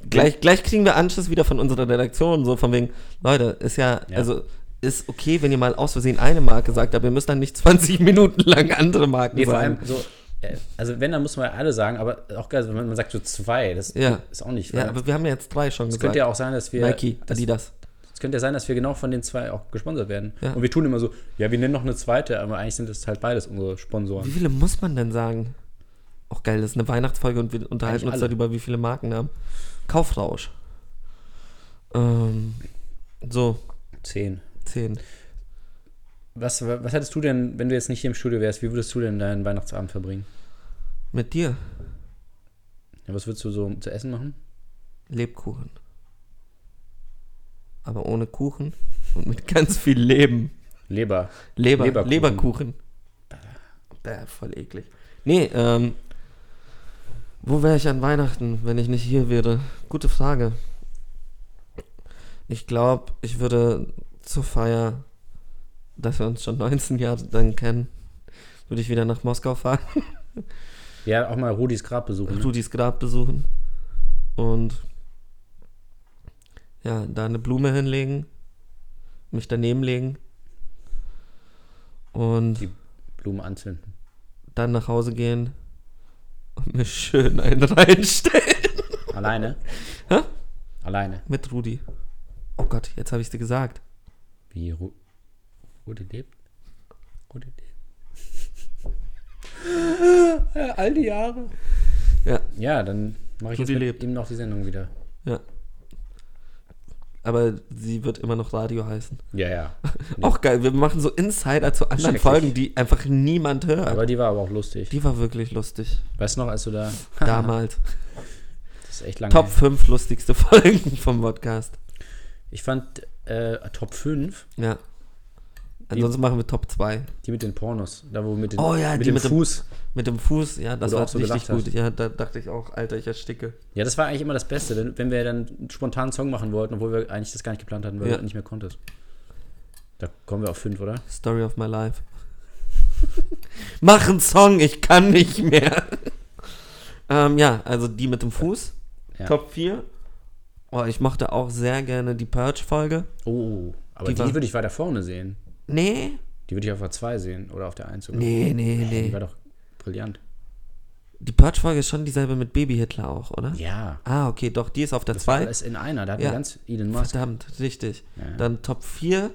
[SPEAKER 4] gleich, gleich kriegen wir Anschluss wieder von unserer Redaktion, so von wegen, Leute, ist ja,
[SPEAKER 3] Ja.
[SPEAKER 4] also ist okay, wenn ihr mal aus Versehen eine Marke sagt, aber ihr müsst dann nicht 20 Minuten lang andere Marken
[SPEAKER 3] nee, vor
[SPEAKER 4] sagen.
[SPEAKER 3] allem so. äh, Also, wenn, dann muss man ja alle sagen, aber auch geil, wenn man sagt so zwei, das
[SPEAKER 4] Ja.
[SPEAKER 3] ist auch nicht.
[SPEAKER 4] ja,
[SPEAKER 3] weil
[SPEAKER 4] aber wir haben ja jetzt drei schon
[SPEAKER 3] es
[SPEAKER 4] gesagt.
[SPEAKER 3] könnte ja auch sein, dass wir.
[SPEAKER 4] Nike,
[SPEAKER 3] das,
[SPEAKER 4] Adidas.
[SPEAKER 3] Es könnte ja sein, dass wir genau von den zwei auch gesponsert werden.
[SPEAKER 4] Ja.
[SPEAKER 3] Und wir tun immer so, ja, wir nennen noch eine zweite, aber eigentlich sind das halt beides unsere Sponsoren.
[SPEAKER 4] Wie viele muss man denn sagen? Auch geil, das ist eine Weihnachtsfolge und wir unterhalten
[SPEAKER 3] Eigentlich
[SPEAKER 4] uns
[SPEAKER 3] alle.
[SPEAKER 4] darüber, wie viele Marken wir haben. Kaufrausch. Ähm, so,
[SPEAKER 3] Zehn.
[SPEAKER 4] 10.
[SPEAKER 3] Was, was hättest du denn, wenn du jetzt nicht hier im Studio wärst, wie würdest du denn deinen Weihnachtsabend verbringen?
[SPEAKER 4] Mit dir,
[SPEAKER 3] Ja, was würdest du so zu essen machen?
[SPEAKER 4] Lebkuchen. Aber ohne Kuchen und mit ganz viel Leben.
[SPEAKER 3] Leber.
[SPEAKER 4] Leber,
[SPEAKER 3] Leberkuchen.
[SPEAKER 4] Leberkuchen. Bäh, voll eklig. Nee, ähm, wo wäre ich an Weihnachten, wenn ich nicht hier wäre? Gute Frage. Ich glaube, ich würde zur Feier, dass wir uns schon 19 Jahre dann kennen, würde ich wieder nach Moskau fahren,
[SPEAKER 3] Ja, auch mal Rudis Grab besuchen. Ne?
[SPEAKER 4] Rudis Grab besuchen und ja, da eine Blume hinlegen, mich daneben legen und
[SPEAKER 3] Die Blumen anzünden.
[SPEAKER 4] dann nach Hause gehen und mir schön einen reinstellen.
[SPEAKER 3] Alleine?
[SPEAKER 4] Hä?
[SPEAKER 3] Alleine.
[SPEAKER 4] Mit Rudi. Oh Gott, jetzt habe ich es dir gesagt.
[SPEAKER 3] Wie Ru Rudi lebt? Rudi lebt. ja, all die Jahre.
[SPEAKER 4] Ja.
[SPEAKER 3] Ja, dann mache ich
[SPEAKER 4] Rudi
[SPEAKER 3] jetzt mit
[SPEAKER 4] lebt.
[SPEAKER 3] ihm noch die Sendung wieder.
[SPEAKER 4] Aber sie wird immer noch Radio heißen.
[SPEAKER 3] Ja, ja. Nee.
[SPEAKER 4] Auch geil, wir machen so Insider zu anderen
[SPEAKER 3] Schrecklich.
[SPEAKER 4] Folgen, die einfach niemand hört.
[SPEAKER 3] Aber die war aber auch lustig.
[SPEAKER 4] die war wirklich lustig.
[SPEAKER 3] Weißt du noch, als du da.
[SPEAKER 4] Damals.
[SPEAKER 3] Das ist echt lange.
[SPEAKER 4] Top
[SPEAKER 3] her.
[SPEAKER 4] 5 lustigste Folgen vom Podcast.
[SPEAKER 3] Ich fand äh, Top 5,
[SPEAKER 4] Ja. Ansonsten machen wir Top 2.
[SPEAKER 3] die mit den Pornos. Da, wo mit, den,
[SPEAKER 4] Oh ja,
[SPEAKER 3] mit
[SPEAKER 4] die
[SPEAKER 3] dem
[SPEAKER 4] mit dem-
[SPEAKER 3] Fuß.
[SPEAKER 4] Mit dem Fuß, ja, das
[SPEAKER 3] Wo du
[SPEAKER 4] war
[SPEAKER 3] auch so
[SPEAKER 4] richtig
[SPEAKER 3] gelacht
[SPEAKER 4] gut. Ja, da dachte ich auch, Alter, ich ersticke.
[SPEAKER 3] Ja, das war eigentlich immer das Beste, denn wenn wir dann spontan einen Song machen wollten, obwohl wir eigentlich das gar nicht geplant hatten, weil
[SPEAKER 4] Ja.
[SPEAKER 3] du nicht mehr konntest. Da kommen wir auf fünf, oder?
[SPEAKER 4] Story of my life. Mach einen Song, ich kann nicht mehr. ähm, ja, also die mit dem Fuß.
[SPEAKER 3] Ja.
[SPEAKER 4] Top 4. Oh, ich mochte auch sehr gerne die Purge-Folge.
[SPEAKER 3] Oh, aber die,
[SPEAKER 4] Die war-
[SPEAKER 3] würde ich weiter vorne sehen.
[SPEAKER 4] Nee,
[SPEAKER 3] Die würde ich auf der 2 sehen oder auf der 1 sogar.
[SPEAKER 4] nee, nee,
[SPEAKER 3] Die
[SPEAKER 4] nee.
[SPEAKER 3] war doch brillant.
[SPEAKER 4] Die Purge-Folge ist schon dieselbe mit Baby-Hitler auch, oder?
[SPEAKER 3] Ja.
[SPEAKER 4] Ah, okay, doch, die ist auf der
[SPEAKER 3] Das war
[SPEAKER 4] 2.
[SPEAKER 3] alles in einer. Da hatten wir
[SPEAKER 4] Ja.
[SPEAKER 3] ganz Elon Musk.
[SPEAKER 4] Verdammt, richtig.
[SPEAKER 3] Ja.
[SPEAKER 4] Dann Top 4.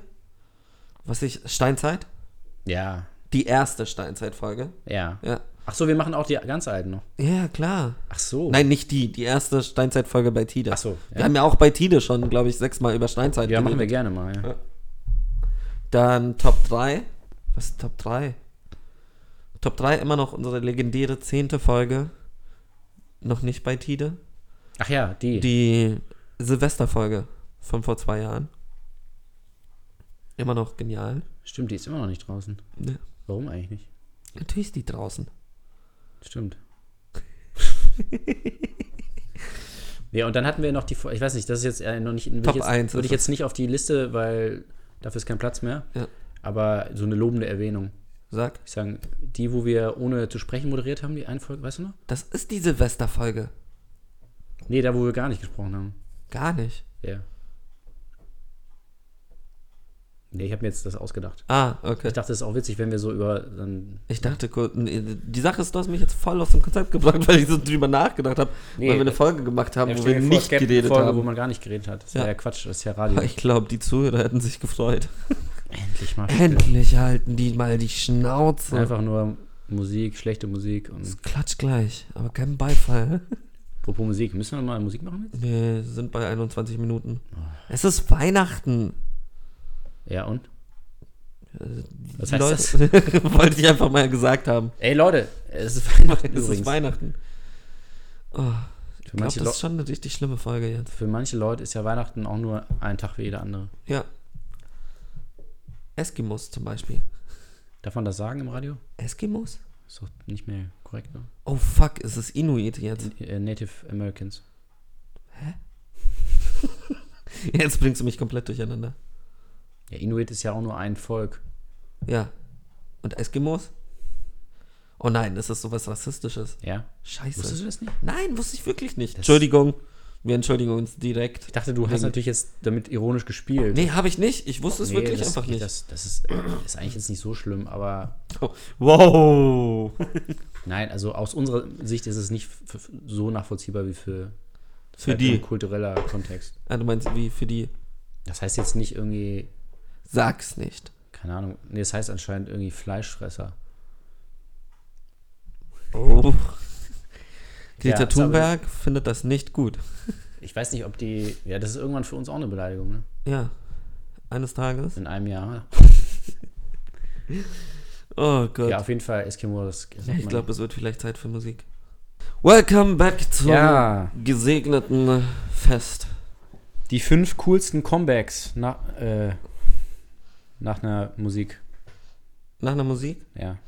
[SPEAKER 4] Was ich, Steinzeit?
[SPEAKER 3] Ja,
[SPEAKER 4] Die erste Steinzeit-Folge.
[SPEAKER 3] ja.
[SPEAKER 4] Ja.
[SPEAKER 3] Ach so, wir machen auch die ganz alten noch.
[SPEAKER 4] ja, klar.
[SPEAKER 3] Ach so.
[SPEAKER 4] Nein, nicht die. Die erste Steinzeitfolge bei Tide.
[SPEAKER 3] Ach so, ja.
[SPEAKER 4] Wir haben ja auch bei Tide schon, glaube ich, sechsmal über Steinzeit
[SPEAKER 3] Ja, machen wir gerne mal. Ja.
[SPEAKER 4] Dann Top 3. Was ist Top 3? Top 3 immer noch unsere legendäre zehnte Folge. Noch nicht bei Tide.
[SPEAKER 3] Ach ja, die.
[SPEAKER 4] Die Silvesterfolge von vor zwei Jahren. Immer noch genial.
[SPEAKER 3] Stimmt, die ist immer noch nicht draußen.
[SPEAKER 4] Ne?
[SPEAKER 3] Warum eigentlich nicht?
[SPEAKER 4] Natürlich ist die draußen.
[SPEAKER 3] Stimmt. ja, und dann hatten wir noch die, Fo- ich weiß nicht, das ist jetzt äh, noch nicht, würde
[SPEAKER 4] Top
[SPEAKER 3] ich jetzt,
[SPEAKER 4] eins
[SPEAKER 3] würde ich
[SPEAKER 4] ist
[SPEAKER 3] jetzt nicht auf die Liste, weil dafür ist kein Platz mehr.
[SPEAKER 4] Ja.
[SPEAKER 3] Aber so eine lobende Erwähnung.
[SPEAKER 4] Sag,
[SPEAKER 3] Ich sage, die, wo wir ohne zu sprechen moderiert haben, die eine Folge, weißt du noch?
[SPEAKER 4] das ist die Silvesterfolge.
[SPEAKER 3] Nee, da, wo wir gar nicht gesprochen haben.
[SPEAKER 4] Gar nicht.
[SPEAKER 3] Ja. Nee, ich habe mir jetzt das ausgedacht.
[SPEAKER 4] Ah, okay.
[SPEAKER 3] Ich dachte, es ist auch witzig, wenn wir so über dann
[SPEAKER 4] Ich dachte kurz, nee, die Sache ist, du hast mich jetzt voll aus dem Konzept gebracht, weil ich so drüber nachgedacht habe,
[SPEAKER 3] Nee,
[SPEAKER 4] weil wir eine
[SPEAKER 3] äh,
[SPEAKER 4] Folge gemacht haben,
[SPEAKER 3] Ja,
[SPEAKER 4] wo
[SPEAKER 3] stell
[SPEAKER 4] wir
[SPEAKER 3] dir vor,
[SPEAKER 4] nicht
[SPEAKER 3] es gäbe eine
[SPEAKER 4] geredet
[SPEAKER 3] Folge, wo
[SPEAKER 4] haben.
[SPEAKER 3] man gar nicht geredet hat. Das
[SPEAKER 4] Ja.
[SPEAKER 3] war ja Quatsch, das ist ja Radio.
[SPEAKER 4] Ich glaube, die Zuhörer hätten sich gefreut.
[SPEAKER 3] Endlich mal.
[SPEAKER 4] Endlich halten die mal die Schnauze.
[SPEAKER 3] Einfach nur Musik, schlechte Musik und
[SPEAKER 4] Klatsch gleich, aber kein Beifall.
[SPEAKER 3] apropos Musik. Müssen wir mal Musik machen jetzt?
[SPEAKER 4] Wir sind bei 21 Minuten. Es ist Weihnachten.
[SPEAKER 3] Ja und? Was
[SPEAKER 4] Die
[SPEAKER 3] heißt das?
[SPEAKER 4] Leute- Wollte ich einfach mal gesagt haben.
[SPEAKER 3] Ey Leute, es ist Weihnachten
[SPEAKER 4] Es
[SPEAKER 3] übrigens.
[SPEAKER 4] ist Weihnachten. Oh, ich
[SPEAKER 3] Für
[SPEAKER 4] glaube,
[SPEAKER 3] manche
[SPEAKER 4] das ist
[SPEAKER 3] Leu-
[SPEAKER 4] schon eine richtig schlimme Folge jetzt.
[SPEAKER 3] Für manche Leute ist ja Weihnachten auch nur ein Tag wie jeder andere.
[SPEAKER 4] Ja. Eskimos zum Beispiel.
[SPEAKER 3] Darf man das sagen im Radio?
[SPEAKER 4] Eskimos?
[SPEAKER 3] Ist doch nicht mehr korrekt, ne?
[SPEAKER 4] Oh fuck, es ist Inuit jetzt.
[SPEAKER 3] Äh, Native Americans.
[SPEAKER 4] Jetzt bringst du mich komplett durcheinander.
[SPEAKER 3] Ja, Inuit ist ja auch nur ein Volk.
[SPEAKER 4] Ja. Und Eskimos? Oh nein, ist das sowas Rassistisches?
[SPEAKER 3] Ja? Wusstest du
[SPEAKER 4] Scheiße.
[SPEAKER 3] das nicht?
[SPEAKER 4] Nein, wusste ich wirklich nicht. Entschuldigung. Wir entschuldigen uns direkt.
[SPEAKER 3] Ich dachte, du hast natürlich jetzt damit ironisch gespielt.
[SPEAKER 4] Nee, habe ich nicht. Ich wusste es
[SPEAKER 3] Nee,
[SPEAKER 4] wirklich
[SPEAKER 3] das,
[SPEAKER 4] einfach nicht.
[SPEAKER 3] Das, das ist, äh, ist eigentlich jetzt nicht so schlimm, aber
[SPEAKER 4] Oh, Wow.
[SPEAKER 3] nein, also aus unserer Sicht ist es nicht f- f- so nachvollziehbar wie für,
[SPEAKER 4] Für
[SPEAKER 3] halt
[SPEAKER 4] die.
[SPEAKER 3] ein kultureller Kontext.
[SPEAKER 4] Ah, du meinst wie für die?
[SPEAKER 3] Das heißt jetzt nicht irgendwie,
[SPEAKER 4] Sag's nicht.
[SPEAKER 3] keine Ahnung, nee, das heißt anscheinend irgendwie Fleischfresser.
[SPEAKER 4] Oh.
[SPEAKER 3] Ja,
[SPEAKER 4] Greta
[SPEAKER 3] ist aber-
[SPEAKER 4] Thunberg findet das nicht gut.
[SPEAKER 3] Ich weiß nicht, ob die, ja, das ist irgendwann für uns auch eine Beleidigung, ne?
[SPEAKER 4] Ja. Eines Tages.
[SPEAKER 3] In einem Jahr.
[SPEAKER 4] Oh Gott.
[SPEAKER 3] Ja, auf jeden Fall Eskimos. sagt
[SPEAKER 4] ich
[SPEAKER 3] man-
[SPEAKER 4] glaube, es wird vielleicht Zeit für Musik. Welcome back zum
[SPEAKER 3] Ja.
[SPEAKER 4] gesegneten Fest.
[SPEAKER 3] die fünf coolsten Comebacks nach, äh, nach einer Musik,
[SPEAKER 4] Nach einer Musik?
[SPEAKER 3] ja.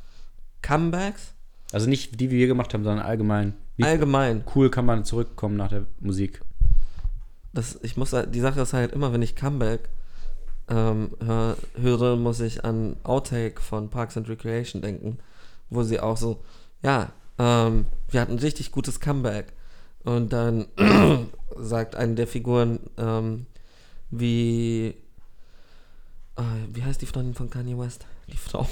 [SPEAKER 4] Comebacks?
[SPEAKER 3] Also nicht die, die wir gemacht haben, sondern allgemein. Wie
[SPEAKER 4] Allgemein.
[SPEAKER 3] cool kann man zurückkommen nach der Musik?
[SPEAKER 4] Das, ich muss, halt- die Sache ist halt immer, wenn ich Comeback ähm, hör, höre, muss ich an Outtake von Parks and Recreation denken, wo sie auch so, ja, ähm, wir hatten ein richtig gutes Comeback. Und dann sagt eine der Figuren, ähm, wie, äh, wie heißt die Freundin von Kanye West? Die Frau.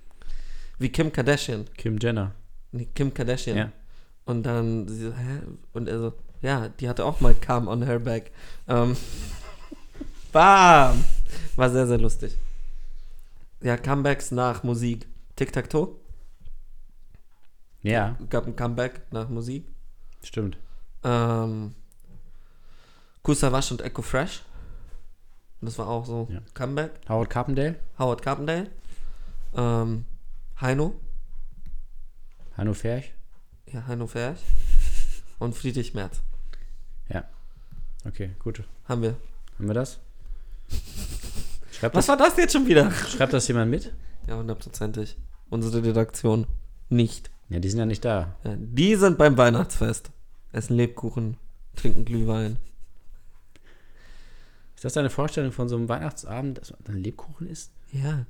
[SPEAKER 4] wie Kim Kardashian.
[SPEAKER 3] Kim Jenner.
[SPEAKER 4] Nee, Kim Kardashian.
[SPEAKER 3] Ja.
[SPEAKER 4] Und dann sie so, hä? Und er so, ja, die hatte auch mal Calm on her back. Ähm, bam! War sehr, sehr lustig. Ja, Comebacks nach Musik. Tic-Tac-Toe
[SPEAKER 3] Ja,
[SPEAKER 4] gab ein Comeback nach Musik.
[SPEAKER 3] stimmt.
[SPEAKER 4] Ähm, Kusawasch und Echo Fresh. Das war auch so
[SPEAKER 3] Ja.
[SPEAKER 4] Comeback.
[SPEAKER 3] Howard Carpendale,
[SPEAKER 4] Howard Carpendale. Ähm, Heino.
[SPEAKER 3] Hanno Ferch.
[SPEAKER 4] Ja, Heino Ferch. Und Friedrich Merz.
[SPEAKER 3] Ja. Okay, gut.
[SPEAKER 4] Haben wir.
[SPEAKER 3] Haben wir das? Schreibt
[SPEAKER 4] Was
[SPEAKER 3] das,
[SPEAKER 4] war das jetzt schon wieder?
[SPEAKER 3] schreibt das jemand mit?
[SPEAKER 4] Ja, hundertprozentig. Unsere Redaktion nicht.
[SPEAKER 3] Ja, die sind ja nicht da.
[SPEAKER 4] Ja, die sind beim Weihnachtsfest. Essen Lebkuchen, trinken Glühwein.
[SPEAKER 3] Ist das deine Vorstellung von so einem Weihnachtsabend, dass man ein Lebkuchen isst?
[SPEAKER 4] Ja,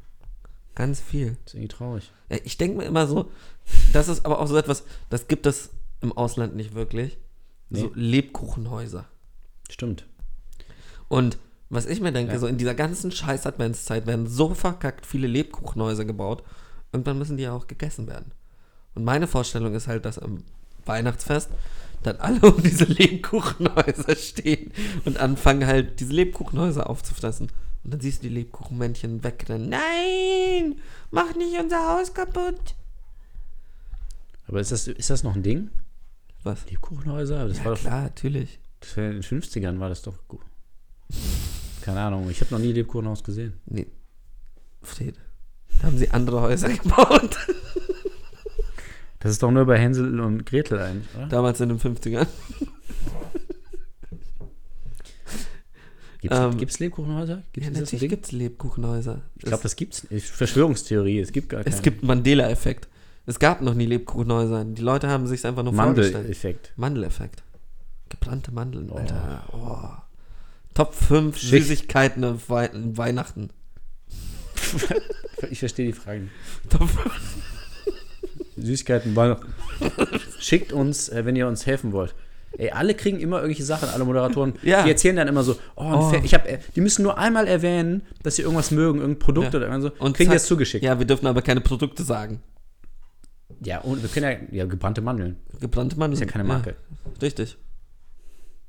[SPEAKER 4] ganz viel.
[SPEAKER 3] ist irgendwie traurig.
[SPEAKER 4] Ja, ich denke mir immer so, das ist aber auch so etwas, das gibt es im Ausland nicht wirklich. So
[SPEAKER 3] Nee.
[SPEAKER 4] Lebkuchenhäuser.
[SPEAKER 3] Stimmt.
[SPEAKER 4] Und was ich mir denke,
[SPEAKER 3] Ja.
[SPEAKER 4] so in dieser ganzen scheiß Adventszeit werden so verkackt viele Lebkuchenhäuser gebaut. Irgendwann müssen die ja auch gegessen werden. Und meine Vorstellung ist halt, dass am Weihnachtsfest dann alle um diese Lebkuchenhäuser stehen und anfangen halt diese Lebkuchenhäuser aufzufressen. Und dann siehst du die Lebkuchenmännchen wegrennen. Nein! Mach nicht unser Haus kaputt!
[SPEAKER 3] Aber ist das, ist das noch ein Ding?
[SPEAKER 4] Was?
[SPEAKER 3] Lebkuchenhäuser? Aber Das
[SPEAKER 4] Ja,
[SPEAKER 3] war doch,
[SPEAKER 4] klar, natürlich.
[SPEAKER 3] das war in den 50ern war das doch gut. Keine Ahnung, ich habe noch nie Lebkuchenhaus gesehen.
[SPEAKER 4] Nee, Fred. Da haben sie andere Häuser gebaut.
[SPEAKER 3] Das ist doch nur bei Hänsel und Gretel eigentlich, oder?
[SPEAKER 4] Damals in den 50ern.
[SPEAKER 3] Gibt's,
[SPEAKER 4] ähm,
[SPEAKER 3] gibt's Lebkuchenhäuser? Gibt's,
[SPEAKER 4] Ja,
[SPEAKER 3] ist das ein
[SPEAKER 4] natürlich
[SPEAKER 3] Ding?
[SPEAKER 4] gibt es Lebkuchenhäuser.
[SPEAKER 3] ich glaube, das gibt's. nicht. Verschwörungstheorie, es gibt gar keinen.
[SPEAKER 4] es, es gibt einen Mandela-Effekt. Es gab noch nie Lebkuchenhäuser. Die Leute haben sich einfach nur vorgestellt.
[SPEAKER 3] Mandel-Effekt.
[SPEAKER 4] Mandeleffekt. Gebrannte Mandeln,
[SPEAKER 3] Oh.
[SPEAKER 4] Alter. Oh. Top 5
[SPEAKER 3] Schick.
[SPEAKER 4] Süßigkeiten an Wei an Weihnachten.
[SPEAKER 3] Ich verstehe die Fragen.
[SPEAKER 4] Top 5.
[SPEAKER 3] Süßigkeiten, Weihnachten. Schickt uns, äh, wenn ihr uns helfen wollt. Ey, alle kriegen immer irgendwelche Sachen, alle Moderatoren.
[SPEAKER 4] Ja.
[SPEAKER 3] Die erzählen dann immer so, oh, ein
[SPEAKER 4] Oh.
[SPEAKER 3] Fa- ich hab, äh, die müssen nur einmal erwähnen, dass sie irgendwas mögen, irgendein Produkt
[SPEAKER 4] Ja.
[SPEAKER 3] oder irgendwas so. Und kriegen
[SPEAKER 4] zack.
[SPEAKER 3] das zugeschickt. Ja.
[SPEAKER 4] Ja, wir dürfen aber keine Produkte sagen.
[SPEAKER 3] und wir können ja, ja gebrannte Mandeln.
[SPEAKER 4] Gebrannte Mandeln.
[SPEAKER 3] Ist ja keine Marke.
[SPEAKER 4] richtig.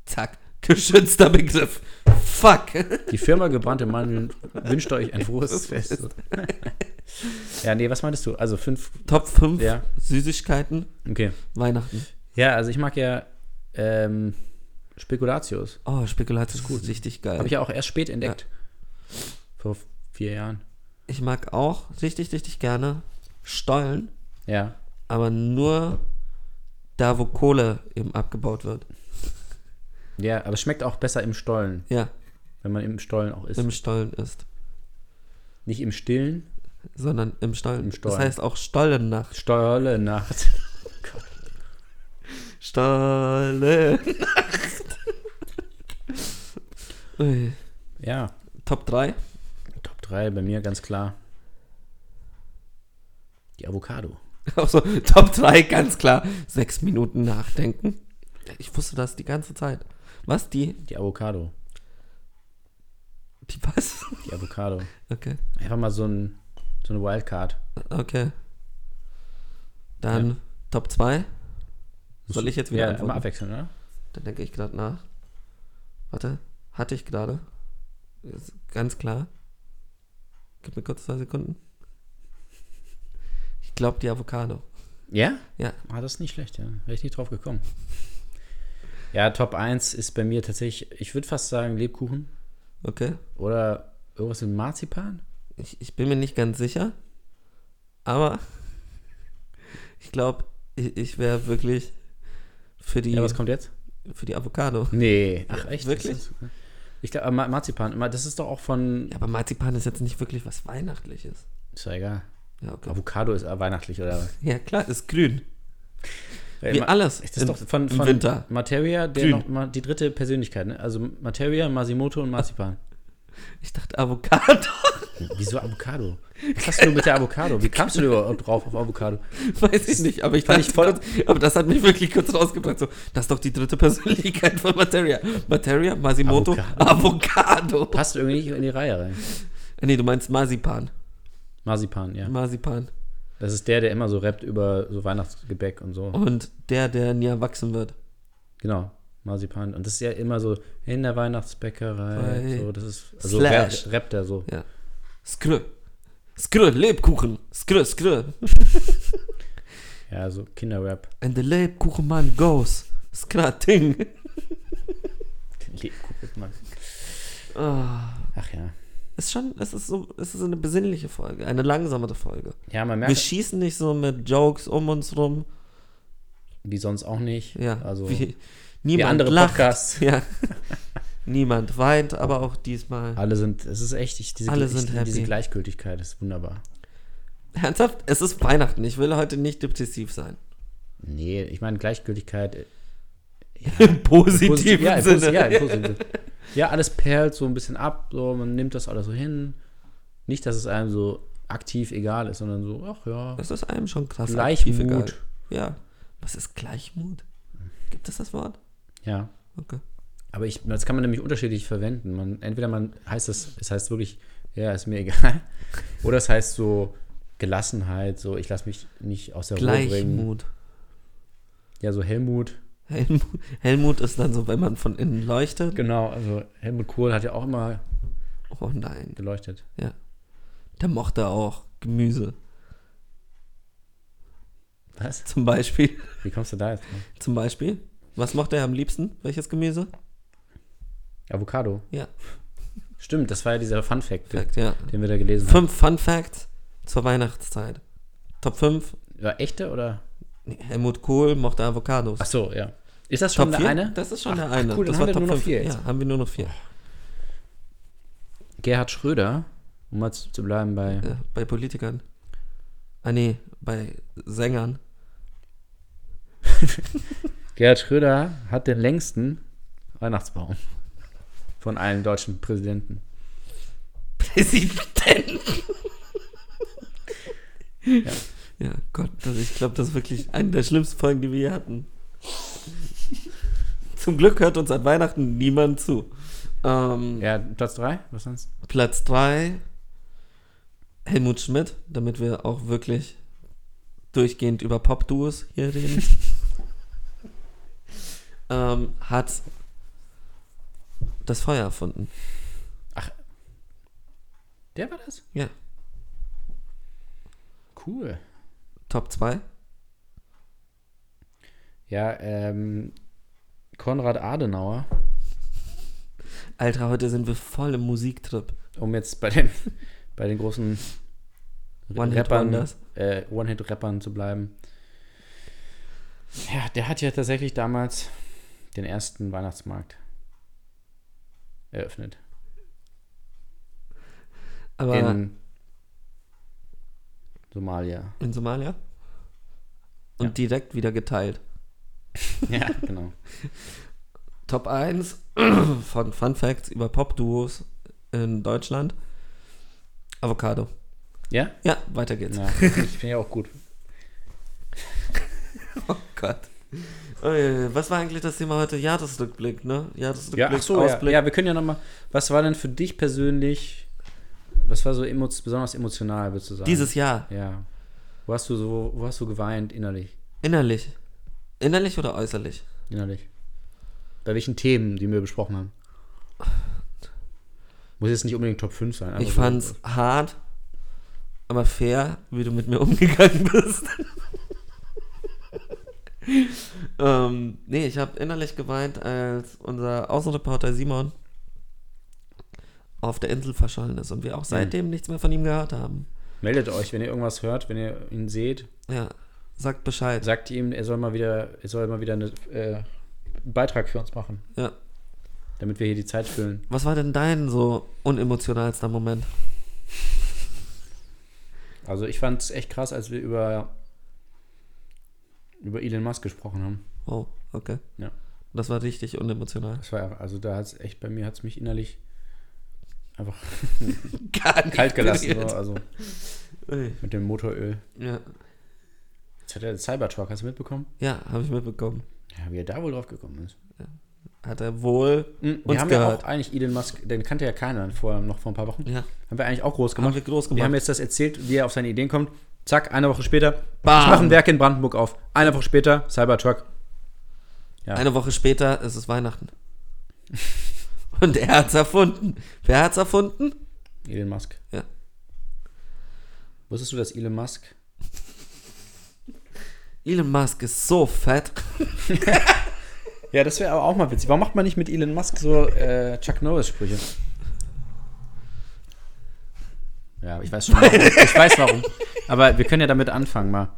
[SPEAKER 4] Zack. Geschützter Begriff. Fuck.
[SPEAKER 3] Die Firma gebrannte Mandeln wünscht euch ein frohes Fest. ja, nee, was meintest du? Also fünf,
[SPEAKER 4] Top 5
[SPEAKER 3] Ja.
[SPEAKER 4] Süßigkeiten
[SPEAKER 3] okay.
[SPEAKER 4] Weihnachten.
[SPEAKER 3] Ja, also ich mag ja ähm, Spekulatius.
[SPEAKER 4] Oh, Spekulatius ist gut. Richtig geil.
[SPEAKER 3] Habe ich ja auch erst spät entdeckt. Vor vier Jahren.
[SPEAKER 4] ich mag auch richtig, richtig gerne Stollen.
[SPEAKER 3] Ja.
[SPEAKER 4] aber nur da, wo Kohle eben abgebaut wird.
[SPEAKER 3] Ja, aber es schmeckt auch besser im Stollen,
[SPEAKER 4] Ja,
[SPEAKER 3] wenn man im Stollen auch isst.
[SPEAKER 4] im Stollen ist,
[SPEAKER 3] Nicht im Stillen,
[SPEAKER 4] sondern im Stollen.
[SPEAKER 3] Im Stollen.
[SPEAKER 4] Das heißt auch Stollennacht.
[SPEAKER 3] Stollenacht.
[SPEAKER 4] Stollennacht. Ui.
[SPEAKER 3] Ja,
[SPEAKER 4] Top 3.
[SPEAKER 3] Top 3 bei mir ganz klar. Die Avocado.
[SPEAKER 4] Also, Top 3, ganz klar. Sechs Minuten nachdenken. Ich wusste das die ganze Zeit. Was? Die?
[SPEAKER 3] Die Avocado.
[SPEAKER 4] Die was?
[SPEAKER 3] Die Avocado.
[SPEAKER 4] Okay.
[SPEAKER 3] Einfach mal so, ein, so eine Wildcard.
[SPEAKER 4] Okay. Dann Top 2. Soll ich jetzt wieder
[SPEAKER 3] Ja,
[SPEAKER 4] antworten?
[SPEAKER 3] immer abwechseln, oder?
[SPEAKER 4] Dann denke ich gerade nach. Warte, hatte ich gerade. Ist Ganz klar. Gib mir kurz zwei Sekunden. Ich glaube die Avocado.
[SPEAKER 3] Ja?
[SPEAKER 4] Ja.
[SPEAKER 3] Ah, das ist nicht schlecht, ja. Wäre ich nicht drauf gekommen. Ja, Top 1 ist bei mir tatsächlich, ich würde fast sagen Lebkuchen
[SPEAKER 4] Okay.
[SPEAKER 3] oder irgendwas mit Marzipan.
[SPEAKER 4] Ich, ich bin mir nicht ganz sicher. Aber ich glaube, ich, ich wäre wirklich für die,
[SPEAKER 3] Ja, was kommt jetzt?
[SPEAKER 4] für die Avocado.
[SPEAKER 3] Nee. Ach, echt?
[SPEAKER 4] wirklich?
[SPEAKER 3] Das ist- Ich glaube, Ma- Marzipan, Ma- das ist doch auch von.
[SPEAKER 4] Ja, aber Marzipan ist jetzt nicht wirklich was Weihnachtliches.
[SPEAKER 3] Ist ja egal.
[SPEAKER 4] Ja, okay.
[SPEAKER 3] Avocado ist äh, weihnachtlich oder was?
[SPEAKER 4] Ja, klar, ist grün.
[SPEAKER 3] Äh,
[SPEAKER 4] Wie
[SPEAKER 3] Ma-
[SPEAKER 4] alles.
[SPEAKER 3] Das ist doch von,
[SPEAKER 4] im
[SPEAKER 3] von
[SPEAKER 4] Winter.
[SPEAKER 3] Materia, der
[SPEAKER 4] Grün.
[SPEAKER 3] noch mal die dritte Persönlichkeit, ne? Also Materia, Masimoto und Marzipan.
[SPEAKER 4] Ich dachte Avocado.
[SPEAKER 3] Wieso Avocado? Was hast du mit der Avocado? Wie kamst du überhaupt drauf auf Avocado?
[SPEAKER 4] Weiß ich nicht, aber ich
[SPEAKER 3] Fand
[SPEAKER 4] fand
[SPEAKER 3] ich
[SPEAKER 4] ich voll. Kurz, aber das hat mich wirklich kurz rausgebracht. So, das ist doch die dritte Persönlichkeit von Materia. Materia, Masimoto, Avocado.
[SPEAKER 3] Passt irgendwie nicht in die Reihe rein.
[SPEAKER 4] Äh, Nee, du meinst Marzipan.
[SPEAKER 3] Marzipan, ja.
[SPEAKER 4] Marzipan.
[SPEAKER 3] Das ist der, der immer so rappt über so Weihnachtsgebäck und so.
[SPEAKER 4] Und der, der nie erwachsen wird.
[SPEAKER 3] Genau, Marzipan. Und das ist ja immer so in der Weihnachtsbäckerei.
[SPEAKER 4] Bei
[SPEAKER 3] So, das ist. Also
[SPEAKER 4] Slash.
[SPEAKER 3] ra- rappt er so.
[SPEAKER 4] Ja. Skrö. Skrö, Lebkuchen. Skrö, Skrö.
[SPEAKER 3] Ja, so Kinderrap.
[SPEAKER 4] And the Lebkuchenmann goes. Skrating. Ah,
[SPEAKER 3] Ach ja.
[SPEAKER 4] ist schon, es ist so, es ist eine besinnliche Folge, eine langsamere Folge.
[SPEAKER 3] Ja, man
[SPEAKER 4] Wir
[SPEAKER 3] merkt,
[SPEAKER 4] schießen nicht so mit Jokes um uns rum.
[SPEAKER 3] wie sonst auch nicht.
[SPEAKER 4] Ja,
[SPEAKER 3] also
[SPEAKER 4] wie,
[SPEAKER 3] wie
[SPEAKER 4] niemand
[SPEAKER 3] andere
[SPEAKER 4] lacht.
[SPEAKER 3] Podcasts.
[SPEAKER 4] Ja. niemand weint, aber auch diesmal.
[SPEAKER 3] Alle sind, es ist echt, ich, diese,
[SPEAKER 4] Alle
[SPEAKER 3] ich,
[SPEAKER 4] sind
[SPEAKER 3] diese
[SPEAKER 4] happy.
[SPEAKER 3] Gleichgültigkeit ist wunderbar.
[SPEAKER 4] Ernsthaft, es ist Weihnachten. Ich will heute nicht depressiv sein.
[SPEAKER 3] Nee, ich meine Gleichgültigkeit. äh,
[SPEAKER 4] Im positiven
[SPEAKER 3] Positiv, ja, im
[SPEAKER 4] Sinne.
[SPEAKER 3] Posi- ja, im positiven Sinne. ja, alles perlt so ein bisschen ab, so, man nimmt das alles so hin. Nicht, dass es einem so aktiv egal ist, sondern so, ach ja,
[SPEAKER 4] Das ist einem schon krass. aktiv egal.
[SPEAKER 3] Gleichmut.
[SPEAKER 4] Ja. Was ist Gleichmut?
[SPEAKER 3] Hm.
[SPEAKER 4] Gibt es das Wort?
[SPEAKER 3] Ja.
[SPEAKER 4] Okay.
[SPEAKER 3] Aber ich, das kann man nämlich unterschiedlich verwenden. Man, entweder man heißt es, es heißt wirklich, ja, ist mir egal. Oder es heißt so Gelassenheit, so ich lasse mich nicht aus der Ruhe bringen.
[SPEAKER 4] Gleichmut.
[SPEAKER 3] Ja, so Helmut.
[SPEAKER 4] Helmut, Helmut ist dann so, wenn man von innen leuchtet.
[SPEAKER 3] Genau, also Helmut Kohl hat ja auch immer
[SPEAKER 4] Oh nein.
[SPEAKER 3] geleuchtet.
[SPEAKER 4] Ja. Der mochte auch Gemüse.
[SPEAKER 3] Was?
[SPEAKER 4] Zum Beispiel.
[SPEAKER 3] Wie kommst du da jetzt? drauf?
[SPEAKER 4] Zum Beispiel. Was mochte er am liebsten? Welches Gemüse?
[SPEAKER 3] Avocado.
[SPEAKER 4] Ja.
[SPEAKER 3] Stimmt, das war ja dieser Fun Fact,
[SPEAKER 4] Fact, ja.
[SPEAKER 3] den wir da gelesen haben.
[SPEAKER 4] Fünf Fun Facts zur Weihnachtszeit. Top 5.
[SPEAKER 3] War echte oder?
[SPEAKER 4] Helmut Kohl mochte Avocados.
[SPEAKER 3] Ach so, ja. Ist das schon
[SPEAKER 4] Top
[SPEAKER 3] der
[SPEAKER 4] 4?
[SPEAKER 3] eine?
[SPEAKER 4] Das ist schon der eine.
[SPEAKER 3] cool, dann
[SPEAKER 4] das
[SPEAKER 3] haben wir nur noch
[SPEAKER 4] fünf.
[SPEAKER 3] vier jetzt.
[SPEAKER 4] Ja, haben wir nur noch vier.
[SPEAKER 3] Gerhard Schröder, um mal zu, zu bleiben bei.
[SPEAKER 4] Ja, bei Politikern. Ah nee, bei Sängern.
[SPEAKER 3] Gerhard Schröder hat den längsten Weihnachtsbaum von allen deutschen Präsidenten.
[SPEAKER 4] Präsidenten. ja. ja, Gott, das, ich glaube, das ist wirklich eine der schlimmsten Folgen, die wir hier hatten. Zum Glück hört uns an Weihnachten niemand zu. Ähm,
[SPEAKER 3] Ja, Platz 3? Was sonst?
[SPEAKER 4] Platz 3, Helmut Schmidt, damit wir auch wirklich durchgehend über Pop-Duos hier reden. ähm, hat das Feuer erfunden.
[SPEAKER 3] Der war das?
[SPEAKER 4] Ja.
[SPEAKER 3] Cool.
[SPEAKER 4] Top 2.
[SPEAKER 3] Ja, ähm, Konrad Adenauer,
[SPEAKER 4] Alter, heute sind wir voll im Musiktrip.
[SPEAKER 3] um jetzt bei den, bei den großen Rappern,
[SPEAKER 4] One-Hit-Wonders.
[SPEAKER 3] äh, One-Hit-Rappern zu bleiben. Ja, der hat ja tatsächlich damals den ersten Weihnachtsmarkt eröffnet.
[SPEAKER 4] Aber in,
[SPEAKER 3] In Somalia.
[SPEAKER 4] Somalia. Und
[SPEAKER 3] Ja.
[SPEAKER 4] direkt wieder geteilt.
[SPEAKER 3] Ja, genau.
[SPEAKER 4] Top 1 von Fun Facts über Pop-Duos in Deutschland. Avocado.
[SPEAKER 3] Ja?
[SPEAKER 4] Ja, weiter geht's.
[SPEAKER 3] ja ich finde ja auch gut.
[SPEAKER 4] Oh Gott. Äh, Was war eigentlich das Thema heute? Jahresrückblick, ne?
[SPEAKER 3] Ja,
[SPEAKER 4] Jahresrückblick,
[SPEAKER 3] ach so, ja,
[SPEAKER 4] Ausblick.
[SPEAKER 3] ja, wir können ja nochmal. Was war denn für dich persönlich, was war so emo besonders emotional, würdest du sagen?
[SPEAKER 4] Dieses Jahr.
[SPEAKER 3] Ja. Wo hast du so, wo hast du geweint innerlich?
[SPEAKER 4] Innerlich. Innerlich oder äußerlich?
[SPEAKER 3] Innerlich. Bei welchen Themen, die wir besprochen haben? Muss jetzt nicht unbedingt Top 5 sein. einfach
[SPEAKER 4] ich
[SPEAKER 3] so.
[SPEAKER 4] fand's hart, aber fair, wie du mit mir umgegangen bist. ähm, nee, ich habe innerlich geweint, als unser Außenreporter Simon auf der Insel verschollen ist und wir
[SPEAKER 3] Hm.
[SPEAKER 4] auch seitdem nichts mehr von ihm gehört haben.
[SPEAKER 3] Meldet euch, wenn ihr irgendwas hört, wenn ihr ihn seht,
[SPEAKER 4] Ja, sagt Bescheid.
[SPEAKER 3] sagt ihm, er soll mal wieder, er soll mal wieder eine, äh, einen Beitrag für uns machen,
[SPEAKER 4] Ja.
[SPEAKER 3] damit wir hier die Zeit füllen.
[SPEAKER 4] Was war denn dein so unemotionalster Moment?
[SPEAKER 3] Also ich fand es echt krass, als wir über, über Elon Musk gesprochen haben.
[SPEAKER 4] Oh, okay.
[SPEAKER 3] Ja.
[SPEAKER 4] Das war richtig unemotional.
[SPEAKER 3] Das war, also da hat es echt, bei mir hat es mich innerlich einfach
[SPEAKER 4] Gar nicht
[SPEAKER 3] kalt gelassen, so,
[SPEAKER 4] berührt.
[SPEAKER 3] also
[SPEAKER 4] Ui.
[SPEAKER 3] mit dem Motoröl.
[SPEAKER 4] Ja,
[SPEAKER 3] Jetzt hat er den Cybertruck, hast du mitbekommen?
[SPEAKER 4] ja habe ich mitbekommen.
[SPEAKER 3] Ja, wie er da wohl drauf gekommen ist.
[SPEAKER 4] Hat er wohl
[SPEAKER 3] Mhm, wir
[SPEAKER 4] Hm, uns
[SPEAKER 3] haben ja
[SPEAKER 4] gehört.
[SPEAKER 3] auch eigentlich Elon Musk, den kannte ja keiner vor, noch vor ein paar Wochen.
[SPEAKER 4] Ja.
[SPEAKER 3] Haben wir eigentlich auch groß gemacht.
[SPEAKER 4] Haben wir groß
[SPEAKER 3] Wir
[SPEAKER 4] gemacht.
[SPEAKER 3] haben jetzt das erzählt, wie er auf seine Ideen kommt. Zack, eine Woche später,
[SPEAKER 4] Bam.
[SPEAKER 3] ich mache ein Werk in Brandenburg auf. Eine Woche später, Cybertruck. Ja.
[SPEAKER 4] Eine Woche später ist es Weihnachten. Und er hat's erfunden. Wer hat's erfunden?
[SPEAKER 3] Elon Musk.
[SPEAKER 4] Ja.
[SPEAKER 3] Wusstest du, dass Elon Musk
[SPEAKER 4] Elon Musk ist so fett.
[SPEAKER 3] Ja, das wäre aber auch mal witzig. Warum macht man nicht mit Elon Musk so äh, Chuck Norris-Sprüche? Ja, ich weiß schon warum. Ich weiß warum. Aber wir können ja damit anfangen mal.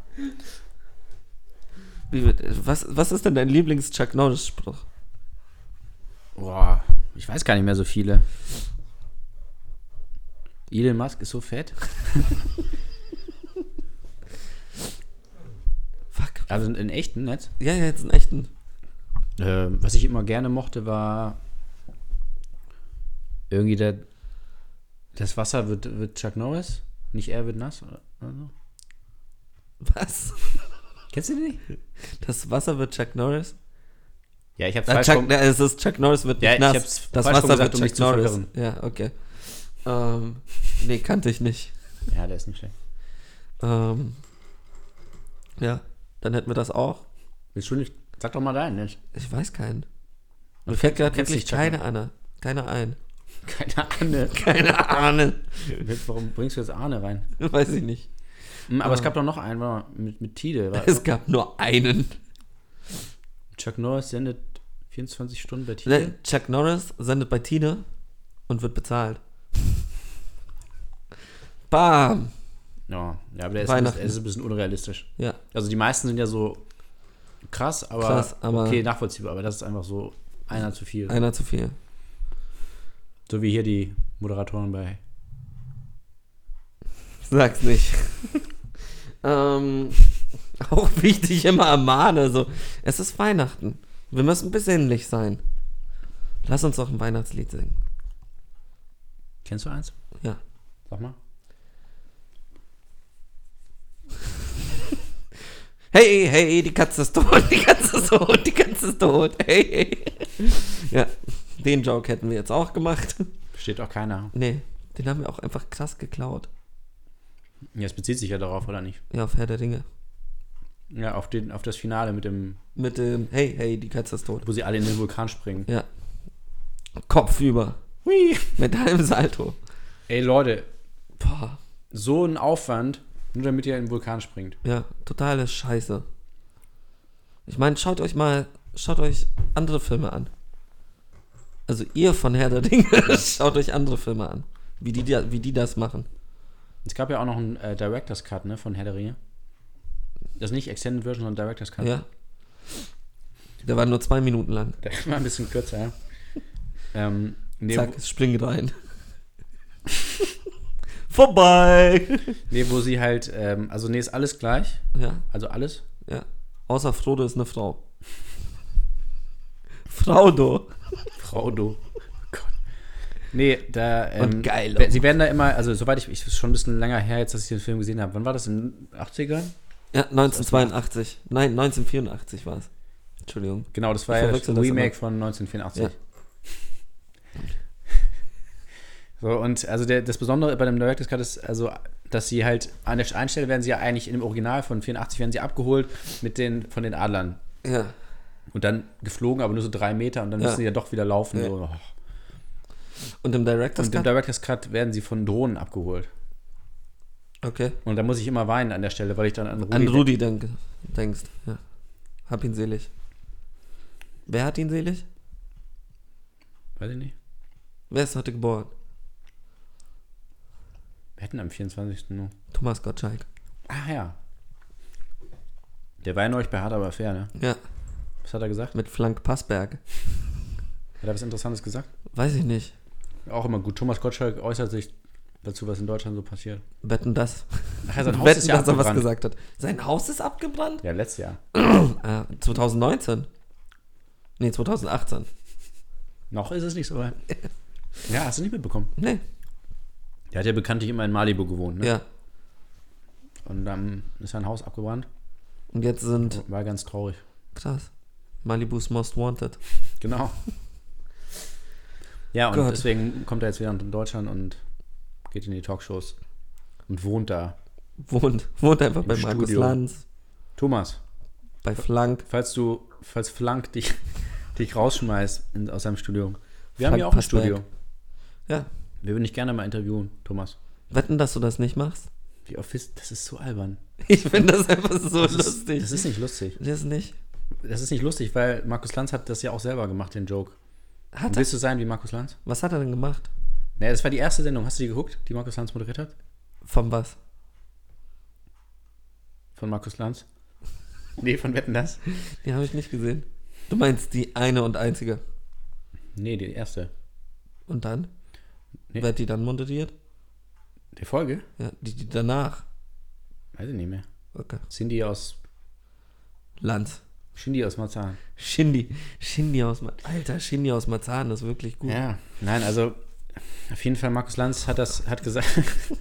[SPEAKER 4] Wie wird- Was, was ist denn dein Lieblings-Chuck Norris-Spruch?
[SPEAKER 3] Boah, ich weiß gar nicht mehr so viele. Elon Musk ist so fett.
[SPEAKER 4] Fuck.
[SPEAKER 3] Also in, in echten Netz.
[SPEAKER 4] Ja, ja, jetzt einen echten.
[SPEAKER 3] Ähm, was ich immer gerne mochte, war irgendwie der, das Wasser wird, wird Chuck Norris, nicht er wird nass. Oder so.
[SPEAKER 4] Was?
[SPEAKER 3] Kennst du den nicht?
[SPEAKER 4] Das Wasser wird Chuck Norris?
[SPEAKER 3] Ja, ich habe
[SPEAKER 4] Ah, Chuck, na, es ist Chuck Norris wird nicht
[SPEAKER 3] Ja, ich
[SPEAKER 4] nass.
[SPEAKER 3] hab's
[SPEAKER 4] das
[SPEAKER 3] falsch
[SPEAKER 4] Wasser
[SPEAKER 3] rum gesagt,
[SPEAKER 4] wird
[SPEAKER 3] um
[SPEAKER 4] Chuck
[SPEAKER 3] dich zu
[SPEAKER 4] Norris.
[SPEAKER 3] verwirren.
[SPEAKER 4] Ja, okay. Ähm, nee, kannte ich nicht.
[SPEAKER 3] Ja, der ist nicht schlecht.
[SPEAKER 4] Ähm, ja, dann hätten wir das auch.
[SPEAKER 3] Willst du nicht? Sag doch mal deinen, nicht?
[SPEAKER 4] Ich weiß keinen. Mir fällt gerade
[SPEAKER 3] kennst
[SPEAKER 4] wirklich
[SPEAKER 3] nicht Chuck
[SPEAKER 4] keine Anne. Keine ein.
[SPEAKER 3] Keine Ahnung.
[SPEAKER 4] Keine Ahne.
[SPEAKER 3] Warum bringst du jetzt Arne rein?
[SPEAKER 4] Weiß ich nicht.
[SPEAKER 3] Hm, Aber es
[SPEAKER 4] Ah.
[SPEAKER 3] gab doch noch einen, warte mal, mit, mit Tide. War,
[SPEAKER 4] Es gab nur einen.
[SPEAKER 3] Chuck Norris sendet 24 Stunden bei Tide.
[SPEAKER 4] Ne, Chuck Norris sendet bei Tine und wird bezahlt. Bam!
[SPEAKER 3] Ja, ja aber der ist, ein bisschen,
[SPEAKER 4] Weihnachten.
[SPEAKER 3] der ist ein bisschen unrealistisch.
[SPEAKER 4] Ja,
[SPEAKER 3] Also die meisten sind ja so krass, aber,
[SPEAKER 4] Krass, aber-
[SPEAKER 3] okay, nachvollziehbar. Aber das ist einfach so einer zu viel.
[SPEAKER 4] einer zu viel.
[SPEAKER 3] So wie hier die Moderatoren bei.
[SPEAKER 4] Sag's nicht. ähm, auch wichtig immer ermahne, so. Es ist Weihnachten. Wir müssen besinnlich sein. Lass uns doch ein Weihnachtslied singen.
[SPEAKER 3] Kennst du eins?
[SPEAKER 4] Ja.
[SPEAKER 3] Sag mal.
[SPEAKER 4] Hey, hey, die Katze ist tot, die Katze ist tot, die Katze ist tot. Hey, hey. Ja, den Joke hätten wir jetzt auch gemacht.
[SPEAKER 3] Versteht auch keiner.
[SPEAKER 4] Nee, den haben wir auch einfach krass geklaut.
[SPEAKER 3] Ja, es bezieht sich ja darauf, oder nicht?
[SPEAKER 4] Ja, auf Herr der Ringe.
[SPEAKER 3] Ja, auf, den, auf das Finale mit dem,
[SPEAKER 4] Mit dem Hey, hey, die Katze ist tot.
[SPEAKER 3] wo sie alle in den Vulkan springen.
[SPEAKER 4] Ja. Kopf über.
[SPEAKER 3] Hui.
[SPEAKER 4] Mit einem Salto.
[SPEAKER 3] Ey, Leute,
[SPEAKER 4] Boah,
[SPEAKER 3] so ein Aufwand, nur damit ihr in den Vulkan springt.
[SPEAKER 4] ja, totale Scheiße. Ich meine, schaut euch mal, schaut euch andere Filme an. Also ihr von Herr der Dinge, schaut euch andere Filme an. Wie die, da- wie die das machen.
[SPEAKER 3] Es gab ja auch noch einen äh, Director's Cut, ne, von Herr der Ringe. Das ist nicht Extended Version, sondern Director's Cut.
[SPEAKER 4] Ja. Der war nur zwei Minuten lang.
[SPEAKER 3] Der war ein bisschen kürzer, ja. ähm, nee,
[SPEAKER 4] Zack, es springt rein. Vorbei!
[SPEAKER 3] wo- nee, wo sie halt, ähm, also nee, ist alles gleich.
[SPEAKER 4] Ja,
[SPEAKER 3] Also alles.
[SPEAKER 4] ja. Außer Frodo ist eine Frau. Fraudo.
[SPEAKER 3] Frodo. Oh Gott. Nee, da. Ähm,
[SPEAKER 4] Und geil. oh.
[SPEAKER 3] we- Sie werden da immer, also soweit ich, ich ist schon ein bisschen länger her, jetzt, dass ich den Film gesehen habe. Wann war das? In den 80ern?
[SPEAKER 4] Ja, 1982. Nein, 1984 war es. Entschuldigung.
[SPEAKER 3] Genau, das war
[SPEAKER 4] Ich
[SPEAKER 3] ja das
[SPEAKER 4] verwechsel das
[SPEAKER 3] Remake
[SPEAKER 4] immer.
[SPEAKER 3] von 1984.
[SPEAKER 4] Ja.
[SPEAKER 3] So, und also der, das Besondere bei dem Director's Cut ist, also, dass sie halt an der einen Stelle werden sie ja eigentlich im Original von 84 werden sie abgeholt mit den, von den Adlern.
[SPEAKER 4] Ja.
[SPEAKER 3] Und dann geflogen, aber nur so drei Meter und dann
[SPEAKER 4] Ja.
[SPEAKER 3] müssen sie ja doch wieder laufen.
[SPEAKER 4] Ja.
[SPEAKER 3] So.
[SPEAKER 4] Und im Director's
[SPEAKER 3] Und im
[SPEAKER 4] Cut?
[SPEAKER 3] Director's Cut werden sie von Drohnen abgeholt.
[SPEAKER 4] okay.
[SPEAKER 3] Und da muss ich immer weinen an der Stelle, weil ich dann an Rudi,
[SPEAKER 4] An Rudi denk, denkst. Ja. Hab ihn selig. Wer hat ihn selig?
[SPEAKER 3] Weiß ich nicht.
[SPEAKER 4] Wer ist heute geboren?
[SPEAKER 3] Wir hätten am 24. nur.
[SPEAKER 4] Thomas Gottschalk.
[SPEAKER 3] Ach ja. Der war ja neulich bei Hard aber fair, ne?
[SPEAKER 4] Ja,
[SPEAKER 3] Was hat er gesagt?
[SPEAKER 4] mit Flank Passberg.
[SPEAKER 3] Hat er was Interessantes gesagt?
[SPEAKER 4] Weiß ich nicht.
[SPEAKER 3] Auch immer gut. Thomas Gottschalk äußert sich dazu, was in Deutschland so passiert.
[SPEAKER 4] Wetten das.
[SPEAKER 3] Ach, ja, sein Haus ist
[SPEAKER 4] Wetten,
[SPEAKER 3] ja
[SPEAKER 4] dass er was
[SPEAKER 3] abgebrannt.
[SPEAKER 4] gesagt hat. Sein Haus ist abgebrannt?
[SPEAKER 3] Ja, letztes Jahr.
[SPEAKER 4] Ah, 2019. Nee, 2018.
[SPEAKER 3] Noch ist es nicht so weit. Ja, hast du nicht mitbekommen.
[SPEAKER 4] Nee,
[SPEAKER 3] Der hat ja bekanntlich immer in Malibu gewohnt, ne?
[SPEAKER 4] ja.
[SPEAKER 3] Und dann ist sein Haus abgebrannt.
[SPEAKER 4] Und jetzt sind,
[SPEAKER 3] War ganz traurig.
[SPEAKER 4] krass, Malibu's Most Wanted.
[SPEAKER 3] Genau. Ja, und
[SPEAKER 4] Gott.
[SPEAKER 3] deswegen kommt er jetzt wieder in Deutschland und geht in die Talkshows und wohnt da.
[SPEAKER 4] Wohnt, wohnt einfach bei Markus
[SPEAKER 3] Studio.
[SPEAKER 4] Lanz,
[SPEAKER 3] Thomas,
[SPEAKER 4] bei Flank.
[SPEAKER 3] falls du, falls Flank dich, dich rausschmeißt in, aus seinem Studio. Wir
[SPEAKER 4] Flank
[SPEAKER 3] haben ja auch ein
[SPEAKER 4] passt
[SPEAKER 3] Studio.
[SPEAKER 4] weg. Ja,
[SPEAKER 3] Wir würden dich gerne mal interviewen, Thomas.
[SPEAKER 4] wetten, dass du das nicht machst?
[SPEAKER 3] Wie oft ist, das ist so albern.
[SPEAKER 4] Ich finde das einfach so
[SPEAKER 3] Das ist,
[SPEAKER 4] lustig.
[SPEAKER 3] das ist nicht lustig.
[SPEAKER 4] das ist nicht.
[SPEAKER 3] Das ist nicht lustig, weil Markus Lanz hat das ja auch selber gemacht, den Joke.
[SPEAKER 4] Hat er,
[SPEAKER 3] Willst du sein wie Markus Lanz?
[SPEAKER 4] was hat er denn gemacht?
[SPEAKER 3] Nee, das war die erste Sendung. Hast du die geguckt, die Markus Lanz moderiert hat?
[SPEAKER 4] Von was?
[SPEAKER 3] Von Markus Lanz? Nee, von Wetten das?
[SPEAKER 4] Die habe ich nicht gesehen. Du meinst die eine und einzige.
[SPEAKER 3] Nee, die erste.
[SPEAKER 4] Und dann?
[SPEAKER 3] Nee.
[SPEAKER 4] Wer hat die dann moderiert?
[SPEAKER 3] Die Folge?
[SPEAKER 4] Ja, die, die danach.
[SPEAKER 3] Weiß ich nicht mehr.
[SPEAKER 4] Okay.
[SPEAKER 3] Cindy aus.
[SPEAKER 4] Lanz.
[SPEAKER 3] Cindy aus Marzahn.
[SPEAKER 4] Shindy. Shindy aus Marzahn. Alter, Shindy aus Marzahn ist wirklich gut.
[SPEAKER 3] Ja, nein, also auf jeden Fall, Markus Lanz hat das, hat gesagt, um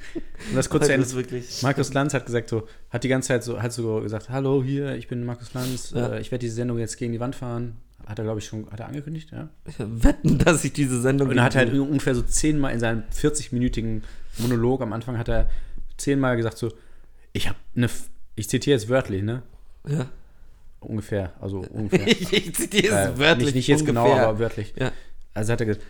[SPEAKER 3] das kurz zu
[SPEAKER 4] Alter,
[SPEAKER 3] Ende
[SPEAKER 4] ist wirklich.
[SPEAKER 3] Markus Lanz hat gesagt so, hat die ganze Zeit so, hat so gesagt, hallo hier, ich bin Markus Lanz,
[SPEAKER 4] Ja.
[SPEAKER 3] äh, ich werde diese Sendung jetzt gegen die Wand fahren. Hat er, glaube ich, schon, hat er angekündigt, ja.
[SPEAKER 4] Wetten, dass ich diese Sendung.
[SPEAKER 3] Und er hat halt ungefähr so zehnmal in seinem 40-minütigen Monolog am Anfang hat er zehnmal gesagt so, ich habe eine, F- ich zitiere jetzt wörtlich, ne?
[SPEAKER 4] Ja.
[SPEAKER 3] Ungefähr, also ungefähr.
[SPEAKER 4] ich, ich zitiere es
[SPEAKER 3] Äh,
[SPEAKER 4] wörtlich.
[SPEAKER 3] Nicht, nicht jetzt genau,
[SPEAKER 4] ungefähr.
[SPEAKER 3] aber wörtlich.
[SPEAKER 4] Ja.
[SPEAKER 3] Also hat er gesagt,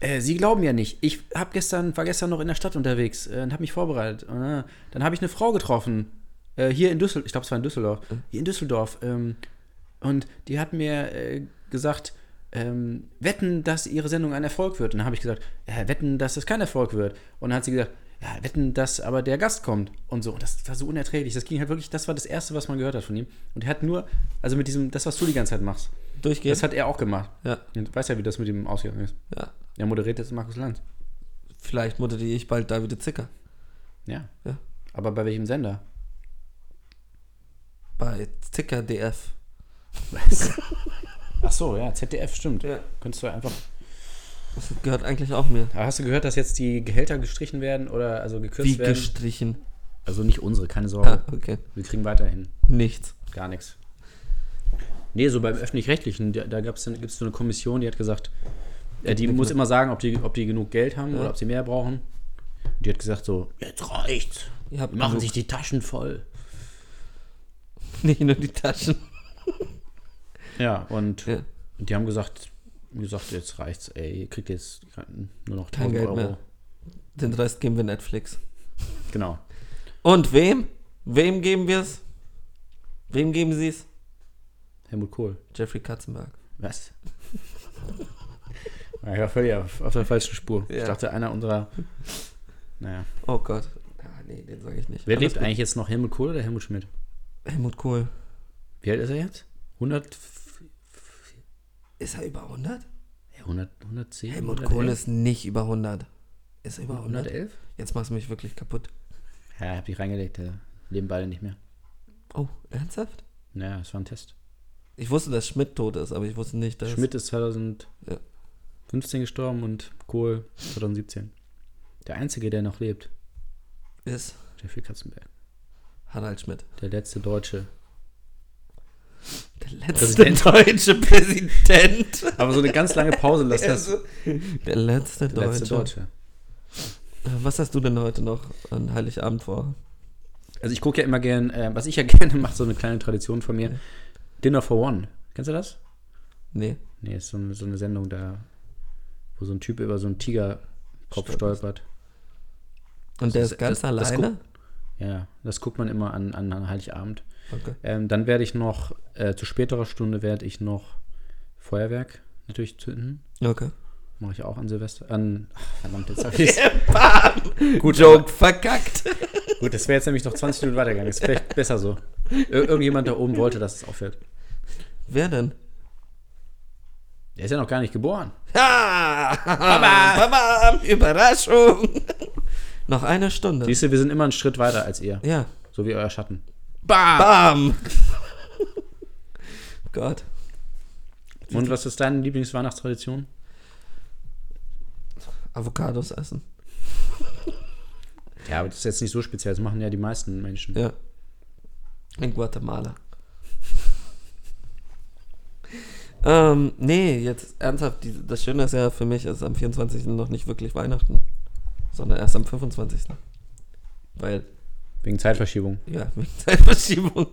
[SPEAKER 3] äh, Sie glauben ja nicht. Ich hab gestern, war gestern noch in der Stadt unterwegs äh, und habe mich vorbereitet. Und, äh, dann habe ich eine Frau getroffen. Äh, hier in Düsseldorf.
[SPEAKER 4] Hm.
[SPEAKER 3] Ich glaube, es war in Düsseldorf. Hier in Düsseldorf. Ähm, und die hat mir äh, gesagt, ähm, wetten, dass ihre Sendung ein Erfolg wird. Und dann habe ich gesagt, ja, wetten, dass das kein Erfolg wird. Und dann hat sie gesagt, ja, wetten, dass aber der Gast kommt und so. Und das war so unerträglich. Das ging halt wirklich, das war das Erste, was man gehört hat von ihm. Und er hat nur, also mit diesem, das, was du die ganze Zeit machst,
[SPEAKER 4] Durchgehen.
[SPEAKER 3] das hat er auch gemacht.
[SPEAKER 4] Ja.
[SPEAKER 3] Und du weißt ja, wie das mit ihm ausgegangen ist.
[SPEAKER 4] ja.
[SPEAKER 3] Er moderiert jetzt Markus Lanz.
[SPEAKER 4] Vielleicht moderiere ich bald Davide Zicker.
[SPEAKER 3] Ja.
[SPEAKER 4] Ja.
[SPEAKER 3] Aber bei welchem Sender?
[SPEAKER 4] Bei Zicker DF.
[SPEAKER 3] Ach so, ja, ZDF, stimmt.
[SPEAKER 4] Ja.
[SPEAKER 3] Könntest du einfach.
[SPEAKER 4] Das gehört eigentlich auch mir.
[SPEAKER 3] Aber hast du gehört, dass jetzt die Gehälter gestrichen werden oder also gekürzt
[SPEAKER 4] Wie
[SPEAKER 3] werden?
[SPEAKER 4] gestrichen.
[SPEAKER 3] also nicht unsere, keine Sorge.
[SPEAKER 4] Ah, okay.
[SPEAKER 3] Wir kriegen weiterhin
[SPEAKER 4] Nichts.
[SPEAKER 3] gar nichts. Nee, so beim Öffentlich-Rechtlichen, da, da gibt's dann- gibt's so eine Kommission, die hat gesagt, äh, die
[SPEAKER 4] Gibt
[SPEAKER 3] muss
[SPEAKER 4] nichts
[SPEAKER 3] immer sagen, ob die, ob die genug Geld haben
[SPEAKER 4] Ja.
[SPEAKER 3] oder ob sie mehr brauchen. Und die hat gesagt so, jetzt reicht's.
[SPEAKER 4] Ihr habt
[SPEAKER 3] Wir machen
[SPEAKER 4] genug.
[SPEAKER 3] sich die Taschen voll.
[SPEAKER 4] Nicht nur die Taschen.
[SPEAKER 3] Ja, und
[SPEAKER 4] Ja.
[SPEAKER 3] die haben gesagt, wie gesagt, jetzt reicht's, ey, ihr kriegt jetzt nur noch 1000
[SPEAKER 4] Kein Geld
[SPEAKER 3] Euro.
[SPEAKER 4] mehr. Den Rest geben wir Netflix.
[SPEAKER 3] Genau.
[SPEAKER 4] Und wem? Wem geben wir es? Wem geben sie es?
[SPEAKER 3] Helmut Kohl.
[SPEAKER 4] Jeffrey Katzenberg.
[SPEAKER 3] Was? Ja, ich war völlig auf, auf der falschen Spur. Ich
[SPEAKER 4] Ja.
[SPEAKER 3] dachte, einer unserer. Naja.
[SPEAKER 4] Oh Gott. Ah, nee, den sage ich nicht.
[SPEAKER 3] Wer
[SPEAKER 4] Alles
[SPEAKER 3] lebt
[SPEAKER 4] gut.
[SPEAKER 3] eigentlich jetzt noch? Helmut Kohl oder Helmut Schmidt?
[SPEAKER 4] Helmut Kohl.
[SPEAKER 3] Wie alt ist er jetzt? 100,
[SPEAKER 4] Ist er über 100?
[SPEAKER 3] 100 110?
[SPEAKER 4] Helmut
[SPEAKER 3] 111?
[SPEAKER 4] Kohl ist ne? nicht über 100. Ist er über 100?
[SPEAKER 3] 111?
[SPEAKER 4] Jetzt machst du mich wirklich kaputt.
[SPEAKER 3] Ja, hab ich reingelegt. Da leben beide nicht mehr.
[SPEAKER 4] Oh, ernsthaft?
[SPEAKER 3] Naja, es war ein Test.
[SPEAKER 4] Ich wusste, dass Schmidt tot ist, aber ich wusste nicht, dass...
[SPEAKER 3] Schmidt ist 2015
[SPEAKER 4] Ja.
[SPEAKER 3] gestorben und Kohl 2017. Der Einzige, der noch lebt,
[SPEAKER 4] ist
[SPEAKER 3] Jeffrey Katzenberg.
[SPEAKER 4] Harald Schmidt.
[SPEAKER 3] Der letzte Deutsche.
[SPEAKER 4] Der letzte
[SPEAKER 3] Präsident.
[SPEAKER 4] deutsche Präsident.
[SPEAKER 3] Aber so eine ganz lange Pause lässt das.
[SPEAKER 4] Der letzte
[SPEAKER 3] Der letzte
[SPEAKER 4] deutsche.
[SPEAKER 3] Deutsche.
[SPEAKER 4] Äh, Was hast du denn heute noch an Heiligabend vor?
[SPEAKER 3] Also ich gucke ja immer gern, äh, was ich ja gerne mache, so eine kleine Tradition von mir. Dinner for One. Kennst du das?
[SPEAKER 4] Nee.
[SPEAKER 3] Nee, ist so eine, so eine Sendung da, wo so ein Typ über so einen Tigerkopf
[SPEAKER 4] Stolpert.
[SPEAKER 3] stolpert.
[SPEAKER 4] Und der
[SPEAKER 3] ist-
[SPEAKER 4] ist ganz
[SPEAKER 3] das- das
[SPEAKER 4] alleine?
[SPEAKER 3] Ja, Ja, das guckt man immer an, an, an Heiligabend.
[SPEAKER 4] okay.
[SPEAKER 3] Ähm, dann werde ich noch, äh, zu späterer Stunde werde ich noch Feuerwerk natürlich zünden.
[SPEAKER 4] okay.
[SPEAKER 3] Mache ich auch an Silvester. An, ach, verdammt, jetzt habe ich es.
[SPEAKER 4] Gut, Joke verkackt.
[SPEAKER 3] Gut, das wäre jetzt nämlich noch 20 Minuten weitergegangen. Ist vielleicht besser so. Ir irgendjemand da oben wollte, dass es aufhört.
[SPEAKER 4] Wer denn?
[SPEAKER 3] Der ist ja noch gar nicht geboren.
[SPEAKER 4] Ha! Baba! Überraschung! Noch eine Stunde.
[SPEAKER 3] Siehst du, wir sind immer einen Schritt weiter als ihr.
[SPEAKER 4] ja.
[SPEAKER 3] So wie euer Schatten.
[SPEAKER 4] Bam! Gott.
[SPEAKER 3] Und was ist deine Lieblingsweihnachtstradition?
[SPEAKER 4] Avocados essen.
[SPEAKER 3] Ja, aber das ist jetzt nicht so speziell. Das machen ja die meisten Menschen.
[SPEAKER 4] Ja. In Guatemala. ähm, nee, jetzt ernsthaft. Die, das Schöne ist ja für mich, ist am 24. noch nicht wirklich Weihnachten, sondern erst am 25. Weil
[SPEAKER 3] Wegen Zeitverschiebung.
[SPEAKER 4] Ja, wegen Zeitverschiebung.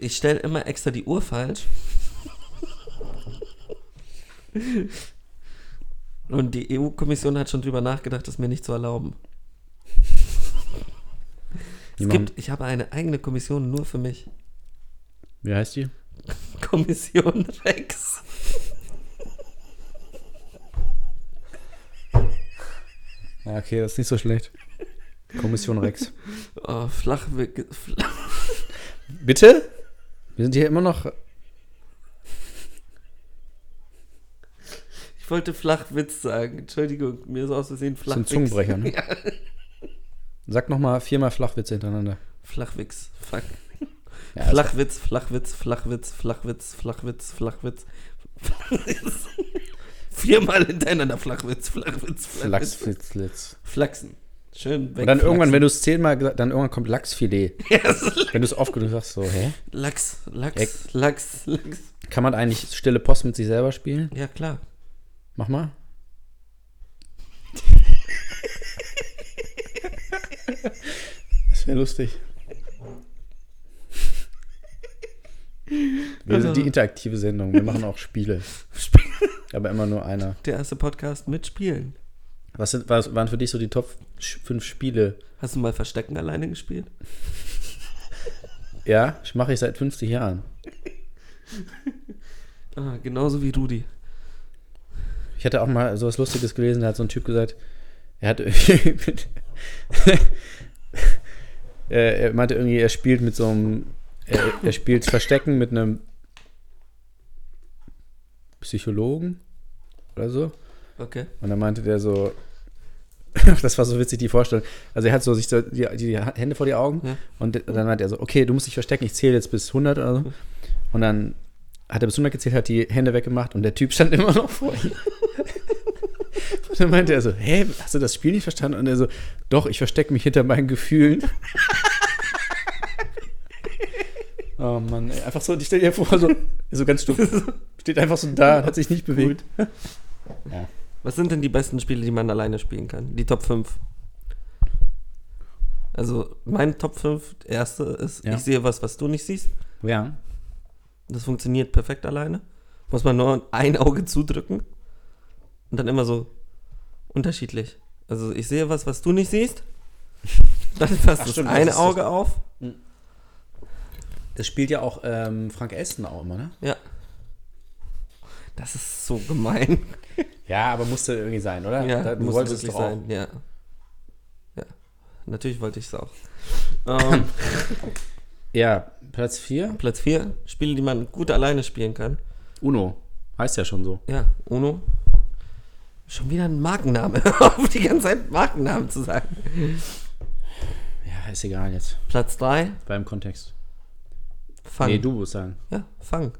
[SPEAKER 4] Ich stelle immer extra die Uhr falsch. Und die EU-Kommission hat schon drüber nachgedacht, das mir nicht zu erlauben.
[SPEAKER 3] Die
[SPEAKER 4] es
[SPEAKER 3] machen-
[SPEAKER 4] gibt, ich habe eine eigene Kommission nur für mich.
[SPEAKER 3] Wie heißt die?
[SPEAKER 4] Kommission Rex.
[SPEAKER 3] Ja, okay, das ist nicht so schlecht. Kommission Rex.
[SPEAKER 4] Oh, flach, flach.
[SPEAKER 3] Bitte? Wir sind hier immer noch.
[SPEAKER 4] Ich wollte Flachwitz sagen. Entschuldigung, mir ist aus Versehen
[SPEAKER 3] Das sind
[SPEAKER 4] Flachwitz.
[SPEAKER 3] Zungenbrecher, ne? Sag nochmal viermal Flachwitze hintereinander.
[SPEAKER 4] Flachwitz. Fuck.
[SPEAKER 3] Ja, also-
[SPEAKER 4] Flachwitz, Flachwitz, Flachwitz, Flachwitz, Flachwitz, Flachwitz. Flachwitz. Viermal hintereinander Flachwitz, Flachwitz, Flachwitz.
[SPEAKER 3] Flachsflitzlitz.
[SPEAKER 4] Flachsen. Schön weg.
[SPEAKER 3] Und dann irgendwann, wenn du es zehnmal gesagt dann irgendwann kommt Lachsfilet.
[SPEAKER 4] Yes.
[SPEAKER 3] Wenn du es oft genug sagst, so, hä?
[SPEAKER 4] Lachs,
[SPEAKER 3] Ex.
[SPEAKER 4] Lachs, Lachs, Lachs.
[SPEAKER 3] Kann man eigentlich stille Post mit sich selber spielen?
[SPEAKER 4] Ja, klar.
[SPEAKER 3] Mach mal. Das wäre lustig. Wir sind die interaktive Sendung. Wir machen auch Spiele. Aber immer nur einer.
[SPEAKER 4] Der erste Podcast mit Spielen.
[SPEAKER 3] Was, sind, was waren für dich so die Top 5 Spiele?
[SPEAKER 4] Hast du mal Verstecken alleine gespielt?
[SPEAKER 3] Ja, ich mache ich seit 50 Jahren.
[SPEAKER 4] Ah, genauso wie Rudi.
[SPEAKER 3] Ich hatte auch mal so was Lustiges gelesen, da hat so ein Typ gesagt, er hat irgendwie mit, Äh, er meinte irgendwie, er spielt mit so einem, er, er spielt Verstecken mit einem Psychologen oder so.
[SPEAKER 4] Okay.
[SPEAKER 3] Und dann meinte der so, das war so witzig, die Vorstellung. Also er hat so sich so die, die Hände vor die Augen
[SPEAKER 4] Ja.
[SPEAKER 3] und dann meinte er so, okay, du musst dich verstecken, ich zähle jetzt bis 100 oder so. Und dann hat er bis 100 gezählt, hat die Hände weggemacht und der Typ stand immer noch vor ihm. Und dann meinte er so, hä, hast du das Spiel nicht verstanden? Und er so, doch, ich verstecke mich hinter meinen Gefühlen. Oh Mann, ey, einfach so, ich stell dir vor, so, so ganz stumpf. Steht einfach so da, hat sich nicht bewegt.
[SPEAKER 4] Was sind denn die besten Spiele, die man alleine spielen kann? Die Top 5. Also, mein Top 5, erste ist,
[SPEAKER 3] Ja.
[SPEAKER 4] ich sehe was, was du nicht siehst.
[SPEAKER 3] Ja.
[SPEAKER 4] Das funktioniert perfekt alleine. Muss man nur ein Auge zudrücken. Und dann immer so unterschiedlich. Also ich sehe was, was du nicht siehst. Dann passt
[SPEAKER 3] Ach,
[SPEAKER 4] das
[SPEAKER 3] stimmt, das
[SPEAKER 4] eine
[SPEAKER 3] ist-
[SPEAKER 4] Auge auf.
[SPEAKER 3] Das spielt ja auch ähm, Frank Elsten auch immer, ne?
[SPEAKER 4] Ja. Das ist so gemein.
[SPEAKER 3] Ja, aber musste irgendwie sein, oder?
[SPEAKER 4] Ja,
[SPEAKER 3] da, du
[SPEAKER 4] muss
[SPEAKER 3] wolltest
[SPEAKER 4] wirklich
[SPEAKER 3] es doch
[SPEAKER 4] sein. Ja. ja. Natürlich wollte ich es auch. Ähm,
[SPEAKER 3] Auch. Ja, Platz 4,
[SPEAKER 4] Platz 4. Spiele, die man gut alleine spielen kann.
[SPEAKER 3] Uno. Heißt ja schon so.
[SPEAKER 4] Ja, Uno. Schon wieder ein Markenname. auf die ganze Zeit Markennamen zu sagen.
[SPEAKER 3] Ja, ist egal jetzt.
[SPEAKER 4] Platz 3.
[SPEAKER 3] War im Kontext.
[SPEAKER 4] Fang.
[SPEAKER 3] Nee, du musst sagen.
[SPEAKER 4] Ja, Fang.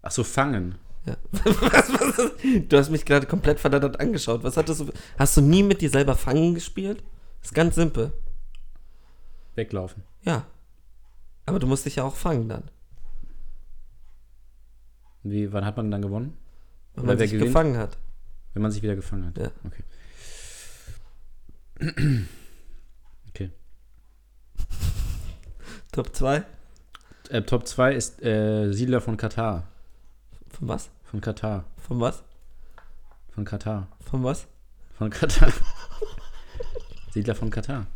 [SPEAKER 3] Ach so, fangen.
[SPEAKER 4] Ja. Was, was, du hast mich gerade komplett verdattert angeschaut. Was hattest du? Hast du nie mit dir selber fangen gespielt? Ist ganz simpel.
[SPEAKER 3] Weglaufen.
[SPEAKER 4] Ja. Aber du musst dich ja auch fangen dann.
[SPEAKER 3] Wie, wann hat man dann gewonnen?
[SPEAKER 4] Wenn
[SPEAKER 3] Oder
[SPEAKER 4] man
[SPEAKER 3] wer
[SPEAKER 4] sich
[SPEAKER 3] gewinnt?
[SPEAKER 4] gefangen hat.
[SPEAKER 3] Wenn man sich wieder gefangen hat.
[SPEAKER 4] Ja.
[SPEAKER 3] Okay. okay.
[SPEAKER 4] Top 2?
[SPEAKER 3] Äh, Top 2 ist äh, Siedler von Katar.
[SPEAKER 4] Von was?
[SPEAKER 3] Von Katar.
[SPEAKER 4] Von was?
[SPEAKER 3] Von Katar.
[SPEAKER 4] Von was?
[SPEAKER 3] Von Katar. Siedler von Katar.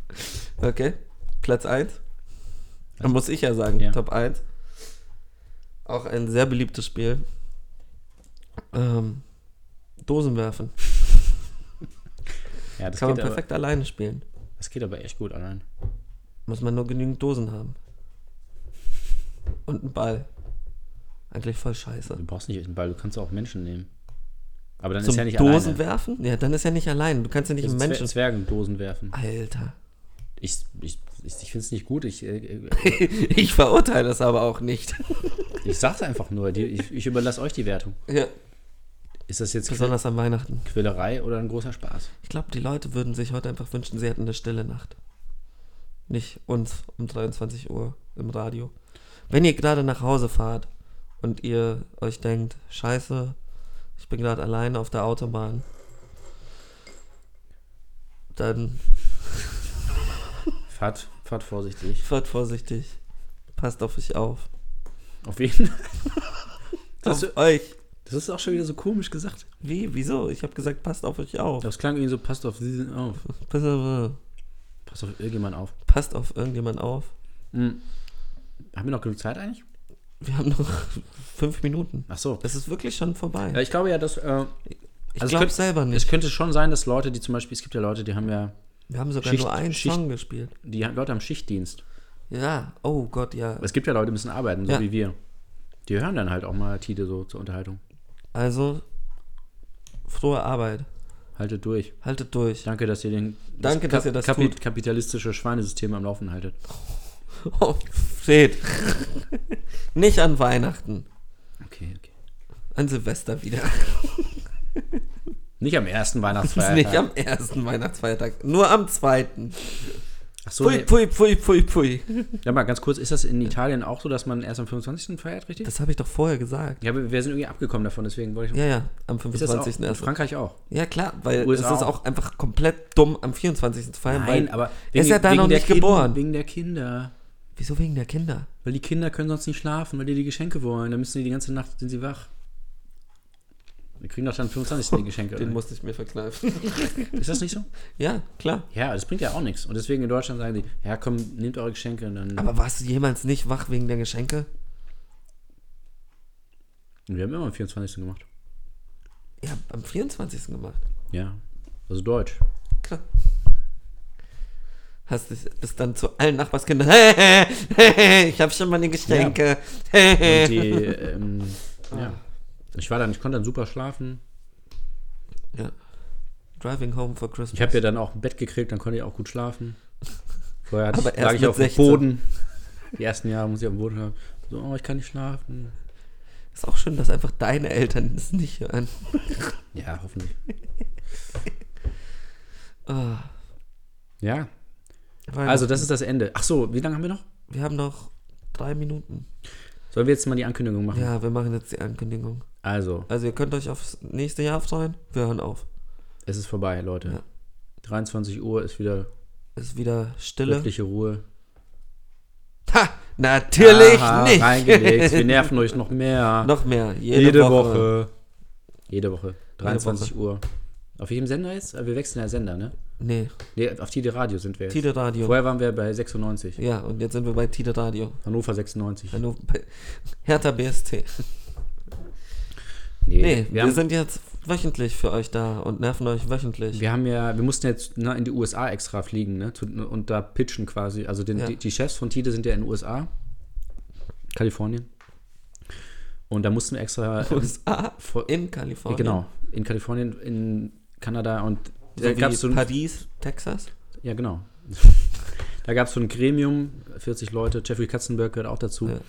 [SPEAKER 4] Okay. Platz 1. Dann muss ich ja sagen,
[SPEAKER 3] Ja.
[SPEAKER 4] Top 1. Auch ein sehr beliebtes Spiel. Ähm, Dosen werfen.
[SPEAKER 3] Ja, das
[SPEAKER 4] Kann man
[SPEAKER 3] geht, aber,
[SPEAKER 4] perfekt alleine spielen.
[SPEAKER 3] das geht aber echt gut allein.
[SPEAKER 4] Muss man nur genügend Dosen haben. Und einen Ball. Eigentlich voll scheiße.
[SPEAKER 3] Du brauchst nicht einen Ball, du kannst auch Menschen nehmen. Aber dann
[SPEAKER 4] Zum
[SPEAKER 3] ist ja nicht
[SPEAKER 4] Dosen
[SPEAKER 3] alleine.
[SPEAKER 4] werfen? Ja, dann ist ja nicht allein. Du kannst ja nicht
[SPEAKER 3] Also
[SPEAKER 4] einen
[SPEAKER 3] Zwer-
[SPEAKER 4] Menschen.
[SPEAKER 3] Zwergen Dosen werfen.
[SPEAKER 4] Alter.
[SPEAKER 3] Ich, ich, ich, ich finde es nicht gut. Ich, äh, äh,
[SPEAKER 4] ich verurteile das aber auch nicht.
[SPEAKER 3] ich sag's einfach nur. Die, ich, ich überlasse euch die Wertung.
[SPEAKER 4] ja,
[SPEAKER 3] Ist das jetzt
[SPEAKER 4] besonders an Weihnachten.
[SPEAKER 3] Quälerei oder ein großer Spaß?
[SPEAKER 4] Ich glaube, die Leute würden sich heute einfach wünschen, sie hätten eine stille Nacht. Nicht uns um 23 Uhr im Radio. Wenn ihr gerade nach Hause fahrt und ihr euch denkt, scheiße, ich bin gerade alleine auf der Autobahn, dann
[SPEAKER 3] Fahrt, fahrt vorsichtig.
[SPEAKER 4] fahrt vorsichtig, passt auf euch auf.
[SPEAKER 3] Auf wen?
[SPEAKER 4] Auf
[SPEAKER 3] Das, ist-
[SPEAKER 4] euch.
[SPEAKER 3] das ist auch schon wieder so komisch gesagt.
[SPEAKER 4] Wie? Wieso? Ich habe gesagt, passt auf euch auf.
[SPEAKER 3] Das klang irgendwie so, passt auf diesen auf.
[SPEAKER 4] Pass auf-
[SPEAKER 3] Passt auf irgendjemand auf.
[SPEAKER 4] Passt auf irgendjemand auf.
[SPEAKER 3] Hm. Haben wir noch genug Zeit eigentlich?
[SPEAKER 4] Wir haben noch fünf Minuten.
[SPEAKER 3] Ach so.
[SPEAKER 4] Das ist wirklich schon vorbei.
[SPEAKER 3] Ja, ich glaube ja, dass. Äh,
[SPEAKER 4] Ich
[SPEAKER 3] Also
[SPEAKER 4] glaube
[SPEAKER 3] könnt-
[SPEAKER 4] selber nicht.
[SPEAKER 3] es könnte schon sein, dass Leute, die zum Beispiel, es gibt ja Leute, die haben ja,
[SPEAKER 4] Wir haben sogar
[SPEAKER 3] Schicht-
[SPEAKER 4] nur einen
[SPEAKER 3] Schicht-
[SPEAKER 4] Song gespielt.
[SPEAKER 3] die Leute haben Schichtdienst.
[SPEAKER 4] Ja, oh Gott, ja.
[SPEAKER 3] Aber Es gibt ja Leute, die müssen arbeiten, so
[SPEAKER 4] Ja.
[SPEAKER 3] wie wir. Die hören dann halt auch mal Tide so zur Unterhaltung.
[SPEAKER 4] Also, frohe Arbeit.
[SPEAKER 3] Haltet durch.
[SPEAKER 4] Haltet durch.
[SPEAKER 3] Danke, dass ihr den
[SPEAKER 4] Danke, dass ihr das tut.
[SPEAKER 3] kapitalistische Schweinesystem am Laufen haltet.
[SPEAKER 4] Oh, Fred. nicht an Weihnachten.
[SPEAKER 3] Okay, okay.
[SPEAKER 4] An Silvester wieder.
[SPEAKER 3] Nicht am ersten Weihnachtsfeiertag.
[SPEAKER 4] Nicht am ersten Weihnachtsfeiertag. Nur am zweiten.
[SPEAKER 3] Ach so,
[SPEAKER 4] Pui,
[SPEAKER 3] nee.
[SPEAKER 4] pui, pui, pui, pui.
[SPEAKER 3] ja, mal ganz kurz, ist das in Italien auch so, dass man erst am 25. feiert, richtig?
[SPEAKER 4] Das habe ich doch vorher gesagt.
[SPEAKER 3] ja, wir wir sind irgendwie abgekommen davon, deswegen wollte ich.
[SPEAKER 4] Ja, ja, am
[SPEAKER 3] ist das auch,
[SPEAKER 4] 25.
[SPEAKER 3] in
[SPEAKER 4] erst.
[SPEAKER 3] Frankreich auch.
[SPEAKER 4] Ja, klar, weil
[SPEAKER 3] USA
[SPEAKER 4] es ist
[SPEAKER 3] auch.
[SPEAKER 4] auch einfach komplett dumm, am 24. zu feiern.
[SPEAKER 3] Nein,
[SPEAKER 4] weil
[SPEAKER 3] aber
[SPEAKER 4] er ist ja da noch
[SPEAKER 3] der
[SPEAKER 4] nicht
[SPEAKER 3] Kinder-
[SPEAKER 4] geboren.
[SPEAKER 3] Wegen der Kinder.
[SPEAKER 4] Wieso wegen der Kinder?
[SPEAKER 3] Weil die Kinder können sonst nicht schlafen, weil die die Geschenke wollen. Dann müssen die die ganze Nacht, sind sie wach. Wir kriegen doch dann am 25. die Geschenke.
[SPEAKER 4] Den
[SPEAKER 3] oder?
[SPEAKER 4] musste ich mir verkneifen.
[SPEAKER 3] Ist das nicht so?
[SPEAKER 4] ja, klar.
[SPEAKER 3] Ja, das bringt ja auch nichts. Und deswegen in Deutschland sagen die, ja komm, nehmt eure Geschenke und dann.
[SPEAKER 4] Aber warst du jemals nicht wach wegen der Geschenke?
[SPEAKER 3] Und wir haben immer am 24. gemacht.
[SPEAKER 4] Ich habe am 24. gemacht.
[SPEAKER 3] Ja. Also Deutsch.
[SPEAKER 4] Klar. Hast dich bis dann zu allen Nachbarskindern. ich habe schon meine Geschenke. Äh.
[SPEAKER 3] Und die, ähm, ja. Ich war dann, ich konnte dann super schlafen.
[SPEAKER 4] Ja. Driving home for Christmas.
[SPEAKER 3] Ich habe ja dann auch ein Bett gekriegt, dann konnte ich auch gut schlafen. Vorher hatte
[SPEAKER 4] Aber
[SPEAKER 3] ich,
[SPEAKER 4] erst
[SPEAKER 3] lag ich
[SPEAKER 4] mit
[SPEAKER 3] auf dem
[SPEAKER 4] 16.
[SPEAKER 3] Boden. Die ersten Jahre muss ich auf dem Boden schlafen. So, oh, ich kann nicht schlafen.
[SPEAKER 4] Ist auch schön, dass einfach deine Eltern es nicht hören.
[SPEAKER 3] Ja, hoffentlich.
[SPEAKER 4] Ah,
[SPEAKER 3] Ja,
[SPEAKER 4] Weihnachten.
[SPEAKER 3] also das ist das Ende. Ach so, wie lange haben wir noch?
[SPEAKER 4] wir haben noch drei Minuten.
[SPEAKER 3] Sollen wir jetzt mal die Ankündigung machen?
[SPEAKER 4] Ja, wir machen jetzt die Ankündigung.
[SPEAKER 3] Also,
[SPEAKER 4] Also ihr könnt euch aufs nächste Jahr freuen. Wir hören auf.
[SPEAKER 3] es ist vorbei, Leute.
[SPEAKER 4] Ja.
[SPEAKER 3] 23 Uhr ist wieder
[SPEAKER 4] Ist wieder Stille.
[SPEAKER 3] wirkliche Ruhe.
[SPEAKER 4] Ha! Natürlich
[SPEAKER 3] Aha,
[SPEAKER 4] nicht!
[SPEAKER 3] Reingelegt. Wir nerven euch noch mehr.
[SPEAKER 4] Noch mehr. Jede,
[SPEAKER 3] jede,
[SPEAKER 4] Woche.
[SPEAKER 3] Woche. Jede Woche. 23 Uhr. Auf jedem Sender jetzt? Ah, Wir wechseln ja Sender, ne?
[SPEAKER 4] Nee,
[SPEAKER 3] Nee, auf Tide Radio sind wir jetzt.
[SPEAKER 4] Tide Radio.
[SPEAKER 3] Vorher waren wir bei 96.
[SPEAKER 4] Ja, und jetzt sind wir bei Tide Radio.
[SPEAKER 3] Hannover 96.
[SPEAKER 4] Hannover, bei Hertha BSC. Nee, wir,
[SPEAKER 3] wir, haben,
[SPEAKER 4] sind jetzt wöchentlich für euch da und nerven euch wöchentlich.
[SPEAKER 3] wir haben ja, wir mussten jetzt ne, in die USA extra fliegen, ne? Zu, und da pitchen quasi. Also den,
[SPEAKER 4] Ja.
[SPEAKER 3] die, die Chefs von Tide sind ja in den USA, Kalifornien. Und da mussten wir extra. ähm,
[SPEAKER 4] USA
[SPEAKER 3] vor-
[SPEAKER 4] in Kalifornien.
[SPEAKER 3] genau, in Kalifornien, in Kanada und
[SPEAKER 4] So
[SPEAKER 3] da
[SPEAKER 4] wie
[SPEAKER 3] gab es so ein
[SPEAKER 4] Paris, Texas.
[SPEAKER 3] Ja, genau. da gab es so ein Gremium, 40 Leute, Jeffrey Katzenberg gehört auch dazu.
[SPEAKER 4] Ja.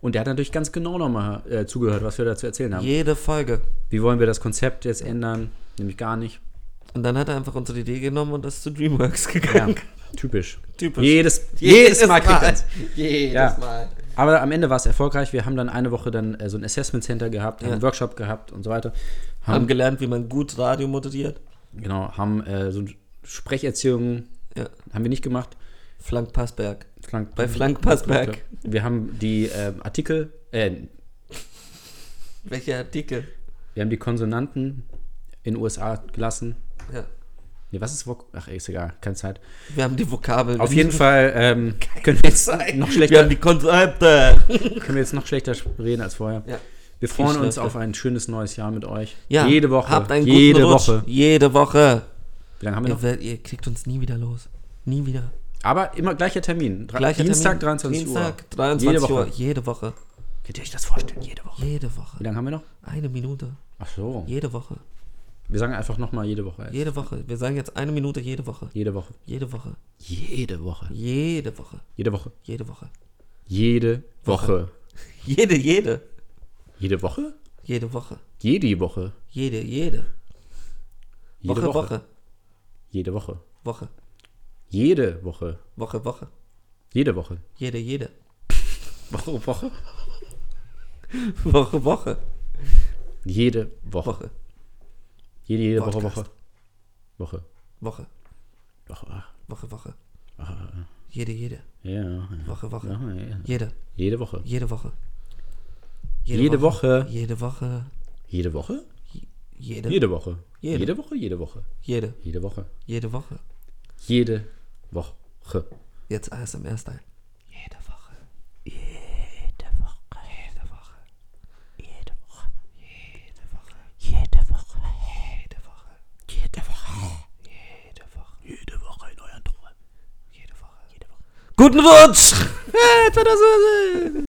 [SPEAKER 3] Und der hat natürlich ganz genau nochmal äh, zugehört, was wir da zu erzählen haben.
[SPEAKER 4] Jede Folge.
[SPEAKER 3] Wie wollen wir das Konzept jetzt ändern? Nämlich gar nicht.
[SPEAKER 4] Und dann hat er einfach unsere Idee genommen und ist zu DreamWorks
[SPEAKER 3] Ja,
[SPEAKER 4] gegangen.
[SPEAKER 3] typisch.
[SPEAKER 4] Typisch.
[SPEAKER 3] Jedes, jedes, Mal kriegt er's.
[SPEAKER 4] Jedes
[SPEAKER 3] Ja.
[SPEAKER 4] Mal.
[SPEAKER 3] Aber am Ende war es erfolgreich. Wir haben dann eine Woche dann äh, so ein Assessment Center gehabt,
[SPEAKER 4] Ja.
[SPEAKER 3] einen Workshop gehabt und so weiter.
[SPEAKER 4] Haben
[SPEAKER 3] Haben,
[SPEAKER 4] gelernt, wie man gut Radio moderiert.
[SPEAKER 3] genau, haben äh, so Sprecherziehungen
[SPEAKER 4] Ja.
[SPEAKER 3] haben wir nicht gemacht.
[SPEAKER 4] Flank Passberg.
[SPEAKER 3] Flank,
[SPEAKER 4] Bei Flank Passberg.
[SPEAKER 3] Wir haben die äh, Artikel, äh,
[SPEAKER 4] Welcher Artikel?
[SPEAKER 3] Wir haben die Konsonanten in den USA gelassen.
[SPEAKER 4] Ja.
[SPEAKER 3] Nee, was ist Vok Ach, ey, ist egal, keine Zeit.
[SPEAKER 4] Wir haben die Vokabeln.
[SPEAKER 3] Auf jeden Fall ähm, können, wir jetzt noch
[SPEAKER 4] Wir
[SPEAKER 3] schlechter,
[SPEAKER 4] haben die Konzepte.
[SPEAKER 3] können wir jetzt noch schlechter reden als vorher.
[SPEAKER 4] Ja.
[SPEAKER 3] Wir freuen uns
[SPEAKER 4] schlechter.
[SPEAKER 3] auf ein schönes neues Jahr mit euch.
[SPEAKER 4] Ja,
[SPEAKER 3] jede Woche.
[SPEAKER 4] Habt einen
[SPEAKER 3] jede
[SPEAKER 4] guten Rutsch.
[SPEAKER 3] Woche.
[SPEAKER 4] Jede Woche.
[SPEAKER 3] Wie lange haben wir
[SPEAKER 4] Ihr,
[SPEAKER 3] noch?
[SPEAKER 4] werdet, ihr kriegt uns nie wieder los. Nie wieder.
[SPEAKER 3] Aber immer gleicher Termin. Dre-
[SPEAKER 4] Gleicher
[SPEAKER 3] Dienstag,
[SPEAKER 4] Termin.
[SPEAKER 3] 23
[SPEAKER 4] Dienstag,
[SPEAKER 3] Uhr.
[SPEAKER 4] 23
[SPEAKER 3] jede
[SPEAKER 4] Uhr.
[SPEAKER 3] Woche.
[SPEAKER 4] Jede Woche.
[SPEAKER 3] Könnt ihr euch das vorstellen? Jede Woche.
[SPEAKER 4] Jede Woche.
[SPEAKER 3] Wie lange haben wir noch?
[SPEAKER 4] Eine Minute.
[SPEAKER 3] Ach so.
[SPEAKER 4] Jede Woche.
[SPEAKER 3] Wir sagen einfach nochmal jede Woche. Jetzt.
[SPEAKER 4] Jede Woche. Wir sagen jetzt eine Minute jede Woche.
[SPEAKER 3] Jede Woche.
[SPEAKER 4] Jede Woche.
[SPEAKER 3] Jede Woche.
[SPEAKER 4] Jede Woche.
[SPEAKER 3] Jede Woche.
[SPEAKER 4] Jede Woche.
[SPEAKER 3] Jede Woche.
[SPEAKER 4] Jede, jede.
[SPEAKER 3] Jede Woche?
[SPEAKER 4] Jede Woche.
[SPEAKER 3] Jede Woche.
[SPEAKER 4] Jede, jede.
[SPEAKER 3] Jede
[SPEAKER 4] Woche, Woche.
[SPEAKER 3] Jede Woche.
[SPEAKER 4] Woche.
[SPEAKER 3] Jede Woche.
[SPEAKER 4] Woche, Woche.
[SPEAKER 3] Jede Woche.
[SPEAKER 4] Jede, jede.
[SPEAKER 3] Woche, Woche.
[SPEAKER 4] Woche, Woche.
[SPEAKER 3] Jede Woche.
[SPEAKER 4] Woche.
[SPEAKER 3] Jede, jede
[SPEAKER 4] Podcast.
[SPEAKER 3] Woche, Woche. Ah.
[SPEAKER 4] Woche.
[SPEAKER 3] Woche. Woche.
[SPEAKER 4] Woche, Woche. Jede, jede.
[SPEAKER 3] Ja, ja. Oh,
[SPEAKER 4] Woche, Woche.
[SPEAKER 3] Ah. Ja, ja.
[SPEAKER 4] Jede.
[SPEAKER 3] Jede Woche.
[SPEAKER 4] Jede Woche.
[SPEAKER 3] Jede Woche.
[SPEAKER 4] Jede Woche.
[SPEAKER 3] Jede Woche?
[SPEAKER 4] Jede. Jede.
[SPEAKER 3] Jede Woche.
[SPEAKER 4] Jede.
[SPEAKER 3] Jede Woche, jede Woche.
[SPEAKER 4] Jede,
[SPEAKER 3] Jede Woche.
[SPEAKER 4] Woche.
[SPEAKER 3] Jede Woche.
[SPEAKER 4] Jetzt ASMR-Style. Jede Woche. Jede Woche. Jede Woche. Jede Woche. Jede Woche. Jede Woche. Jede Woche. Jede Woche. Jede Woche. Jede Woche. Jede Woche. Jede Woche. Jede Woche. Guten Rutsch!